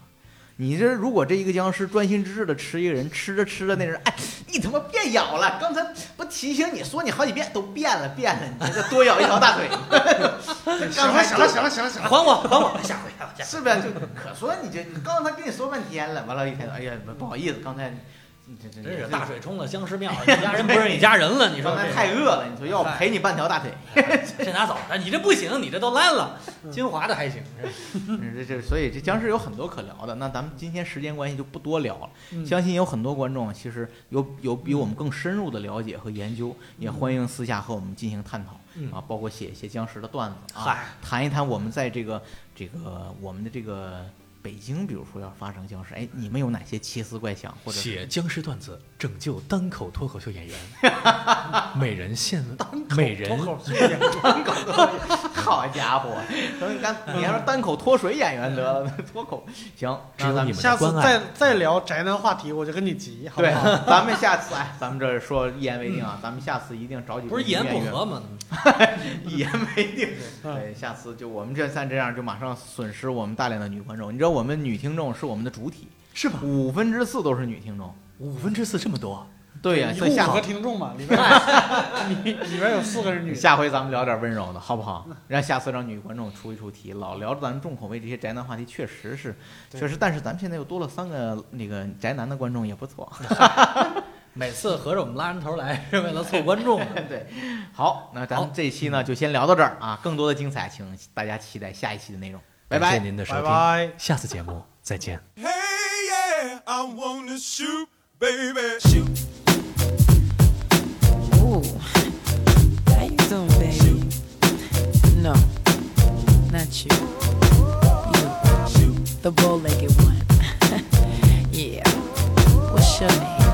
[SPEAKER 1] 你这如果这一个僵尸专心致志的吃一个人，吃着吃着那人，哎，你他妈别咬了！刚才不提醒你说你好几遍都变了变了，你这多咬一条大 腿。
[SPEAKER 4] 行
[SPEAKER 1] 刚
[SPEAKER 4] 了
[SPEAKER 1] 才
[SPEAKER 4] 行了行了行了行了，还我还我， 下回下回下回。
[SPEAKER 1] 是不啊是就可说你这刚才跟你说半天了，完了，一天哎呀不好意思，刚才你这这
[SPEAKER 4] 哎
[SPEAKER 3] 真是
[SPEAKER 1] 这
[SPEAKER 3] 大水冲了僵尸庙，你家人不是你家人了，你
[SPEAKER 1] 你
[SPEAKER 3] 说
[SPEAKER 1] 刚才
[SPEAKER 3] 这
[SPEAKER 1] 太饿了，你说要我
[SPEAKER 4] 哎
[SPEAKER 1] 赔你半条大腿，
[SPEAKER 3] 这哪走哎的？你这不行，你这都烂了。
[SPEAKER 2] 嗯
[SPEAKER 3] 金华的还行，是吧
[SPEAKER 1] 嗯这这所以这僵尸有很多可聊的，那咱们今天时间关系就不多聊了。
[SPEAKER 2] 嗯，
[SPEAKER 1] 相信有很多观众其实有有比我们更深入的了解和研究，也欢迎私下和我们进行探讨
[SPEAKER 3] 嗯
[SPEAKER 1] 啊，包括写一些僵尸的段子啊，
[SPEAKER 3] 嗨，
[SPEAKER 1] 谈一谈我们在这个这个我们的这个北京，比如说要发生僵尸，哎，你们有哪些奇思怪想或者是
[SPEAKER 3] 写僵尸段子拯救单口脱口秀演 员，每人限每人
[SPEAKER 2] 脱口秀演员
[SPEAKER 1] 单口脱口秀， 好家伙，你 干你还说单口脱水演员得了， 脱口行，
[SPEAKER 3] 只有
[SPEAKER 1] 那咱们
[SPEAKER 3] 你们
[SPEAKER 2] 下
[SPEAKER 3] 的
[SPEAKER 2] 次
[SPEAKER 3] 关爱。
[SPEAKER 2] 再再聊宅男话题，我就跟你急，好不
[SPEAKER 1] 对
[SPEAKER 2] 好？，
[SPEAKER 1] 咱们下次哎，咱们这说一言为定啊，咱们下次一定找几个
[SPEAKER 3] 不是一言不合吗？
[SPEAKER 1] 一言为定。
[SPEAKER 2] 嗯
[SPEAKER 1] 对，下次就我们这再这样，就马上损失我们大量的女观众。你知道我们女听众是我们的主体，
[SPEAKER 3] 是吧？
[SPEAKER 1] 五分之四都是女听众。
[SPEAKER 3] 五分之四这么多，
[SPEAKER 1] 对呀、
[SPEAKER 2] 一
[SPEAKER 1] 所以下
[SPEAKER 2] 共五个
[SPEAKER 1] 回
[SPEAKER 2] 听众嘛，里边里里边有四个是女的，
[SPEAKER 1] 下回咱们聊点温柔的，好不好？让下次让女观众出一出题，老聊咱们重口味这些宅男话题，确实是，
[SPEAKER 2] 对
[SPEAKER 1] 确实。但是咱们现在又多了三个那个宅男的观众，也不错。
[SPEAKER 3] 每次合着我们拉人头来是为了凑观众。
[SPEAKER 1] 对，好，那咱们这一期呢就先聊到这儿啊，更多的精彩，请大家期待下一期的内容。拜
[SPEAKER 3] 感
[SPEAKER 1] 拜
[SPEAKER 3] 谢。您的收
[SPEAKER 2] 拜
[SPEAKER 3] 听，
[SPEAKER 2] 拜。
[SPEAKER 3] 下次节目再见。
[SPEAKER 5] Hey, yeah, I wanna shoot, baby, shoot.
[SPEAKER 6] Ooh. How you doing, baby? No, not you. You, the bow-legged one. yeah. What's your name?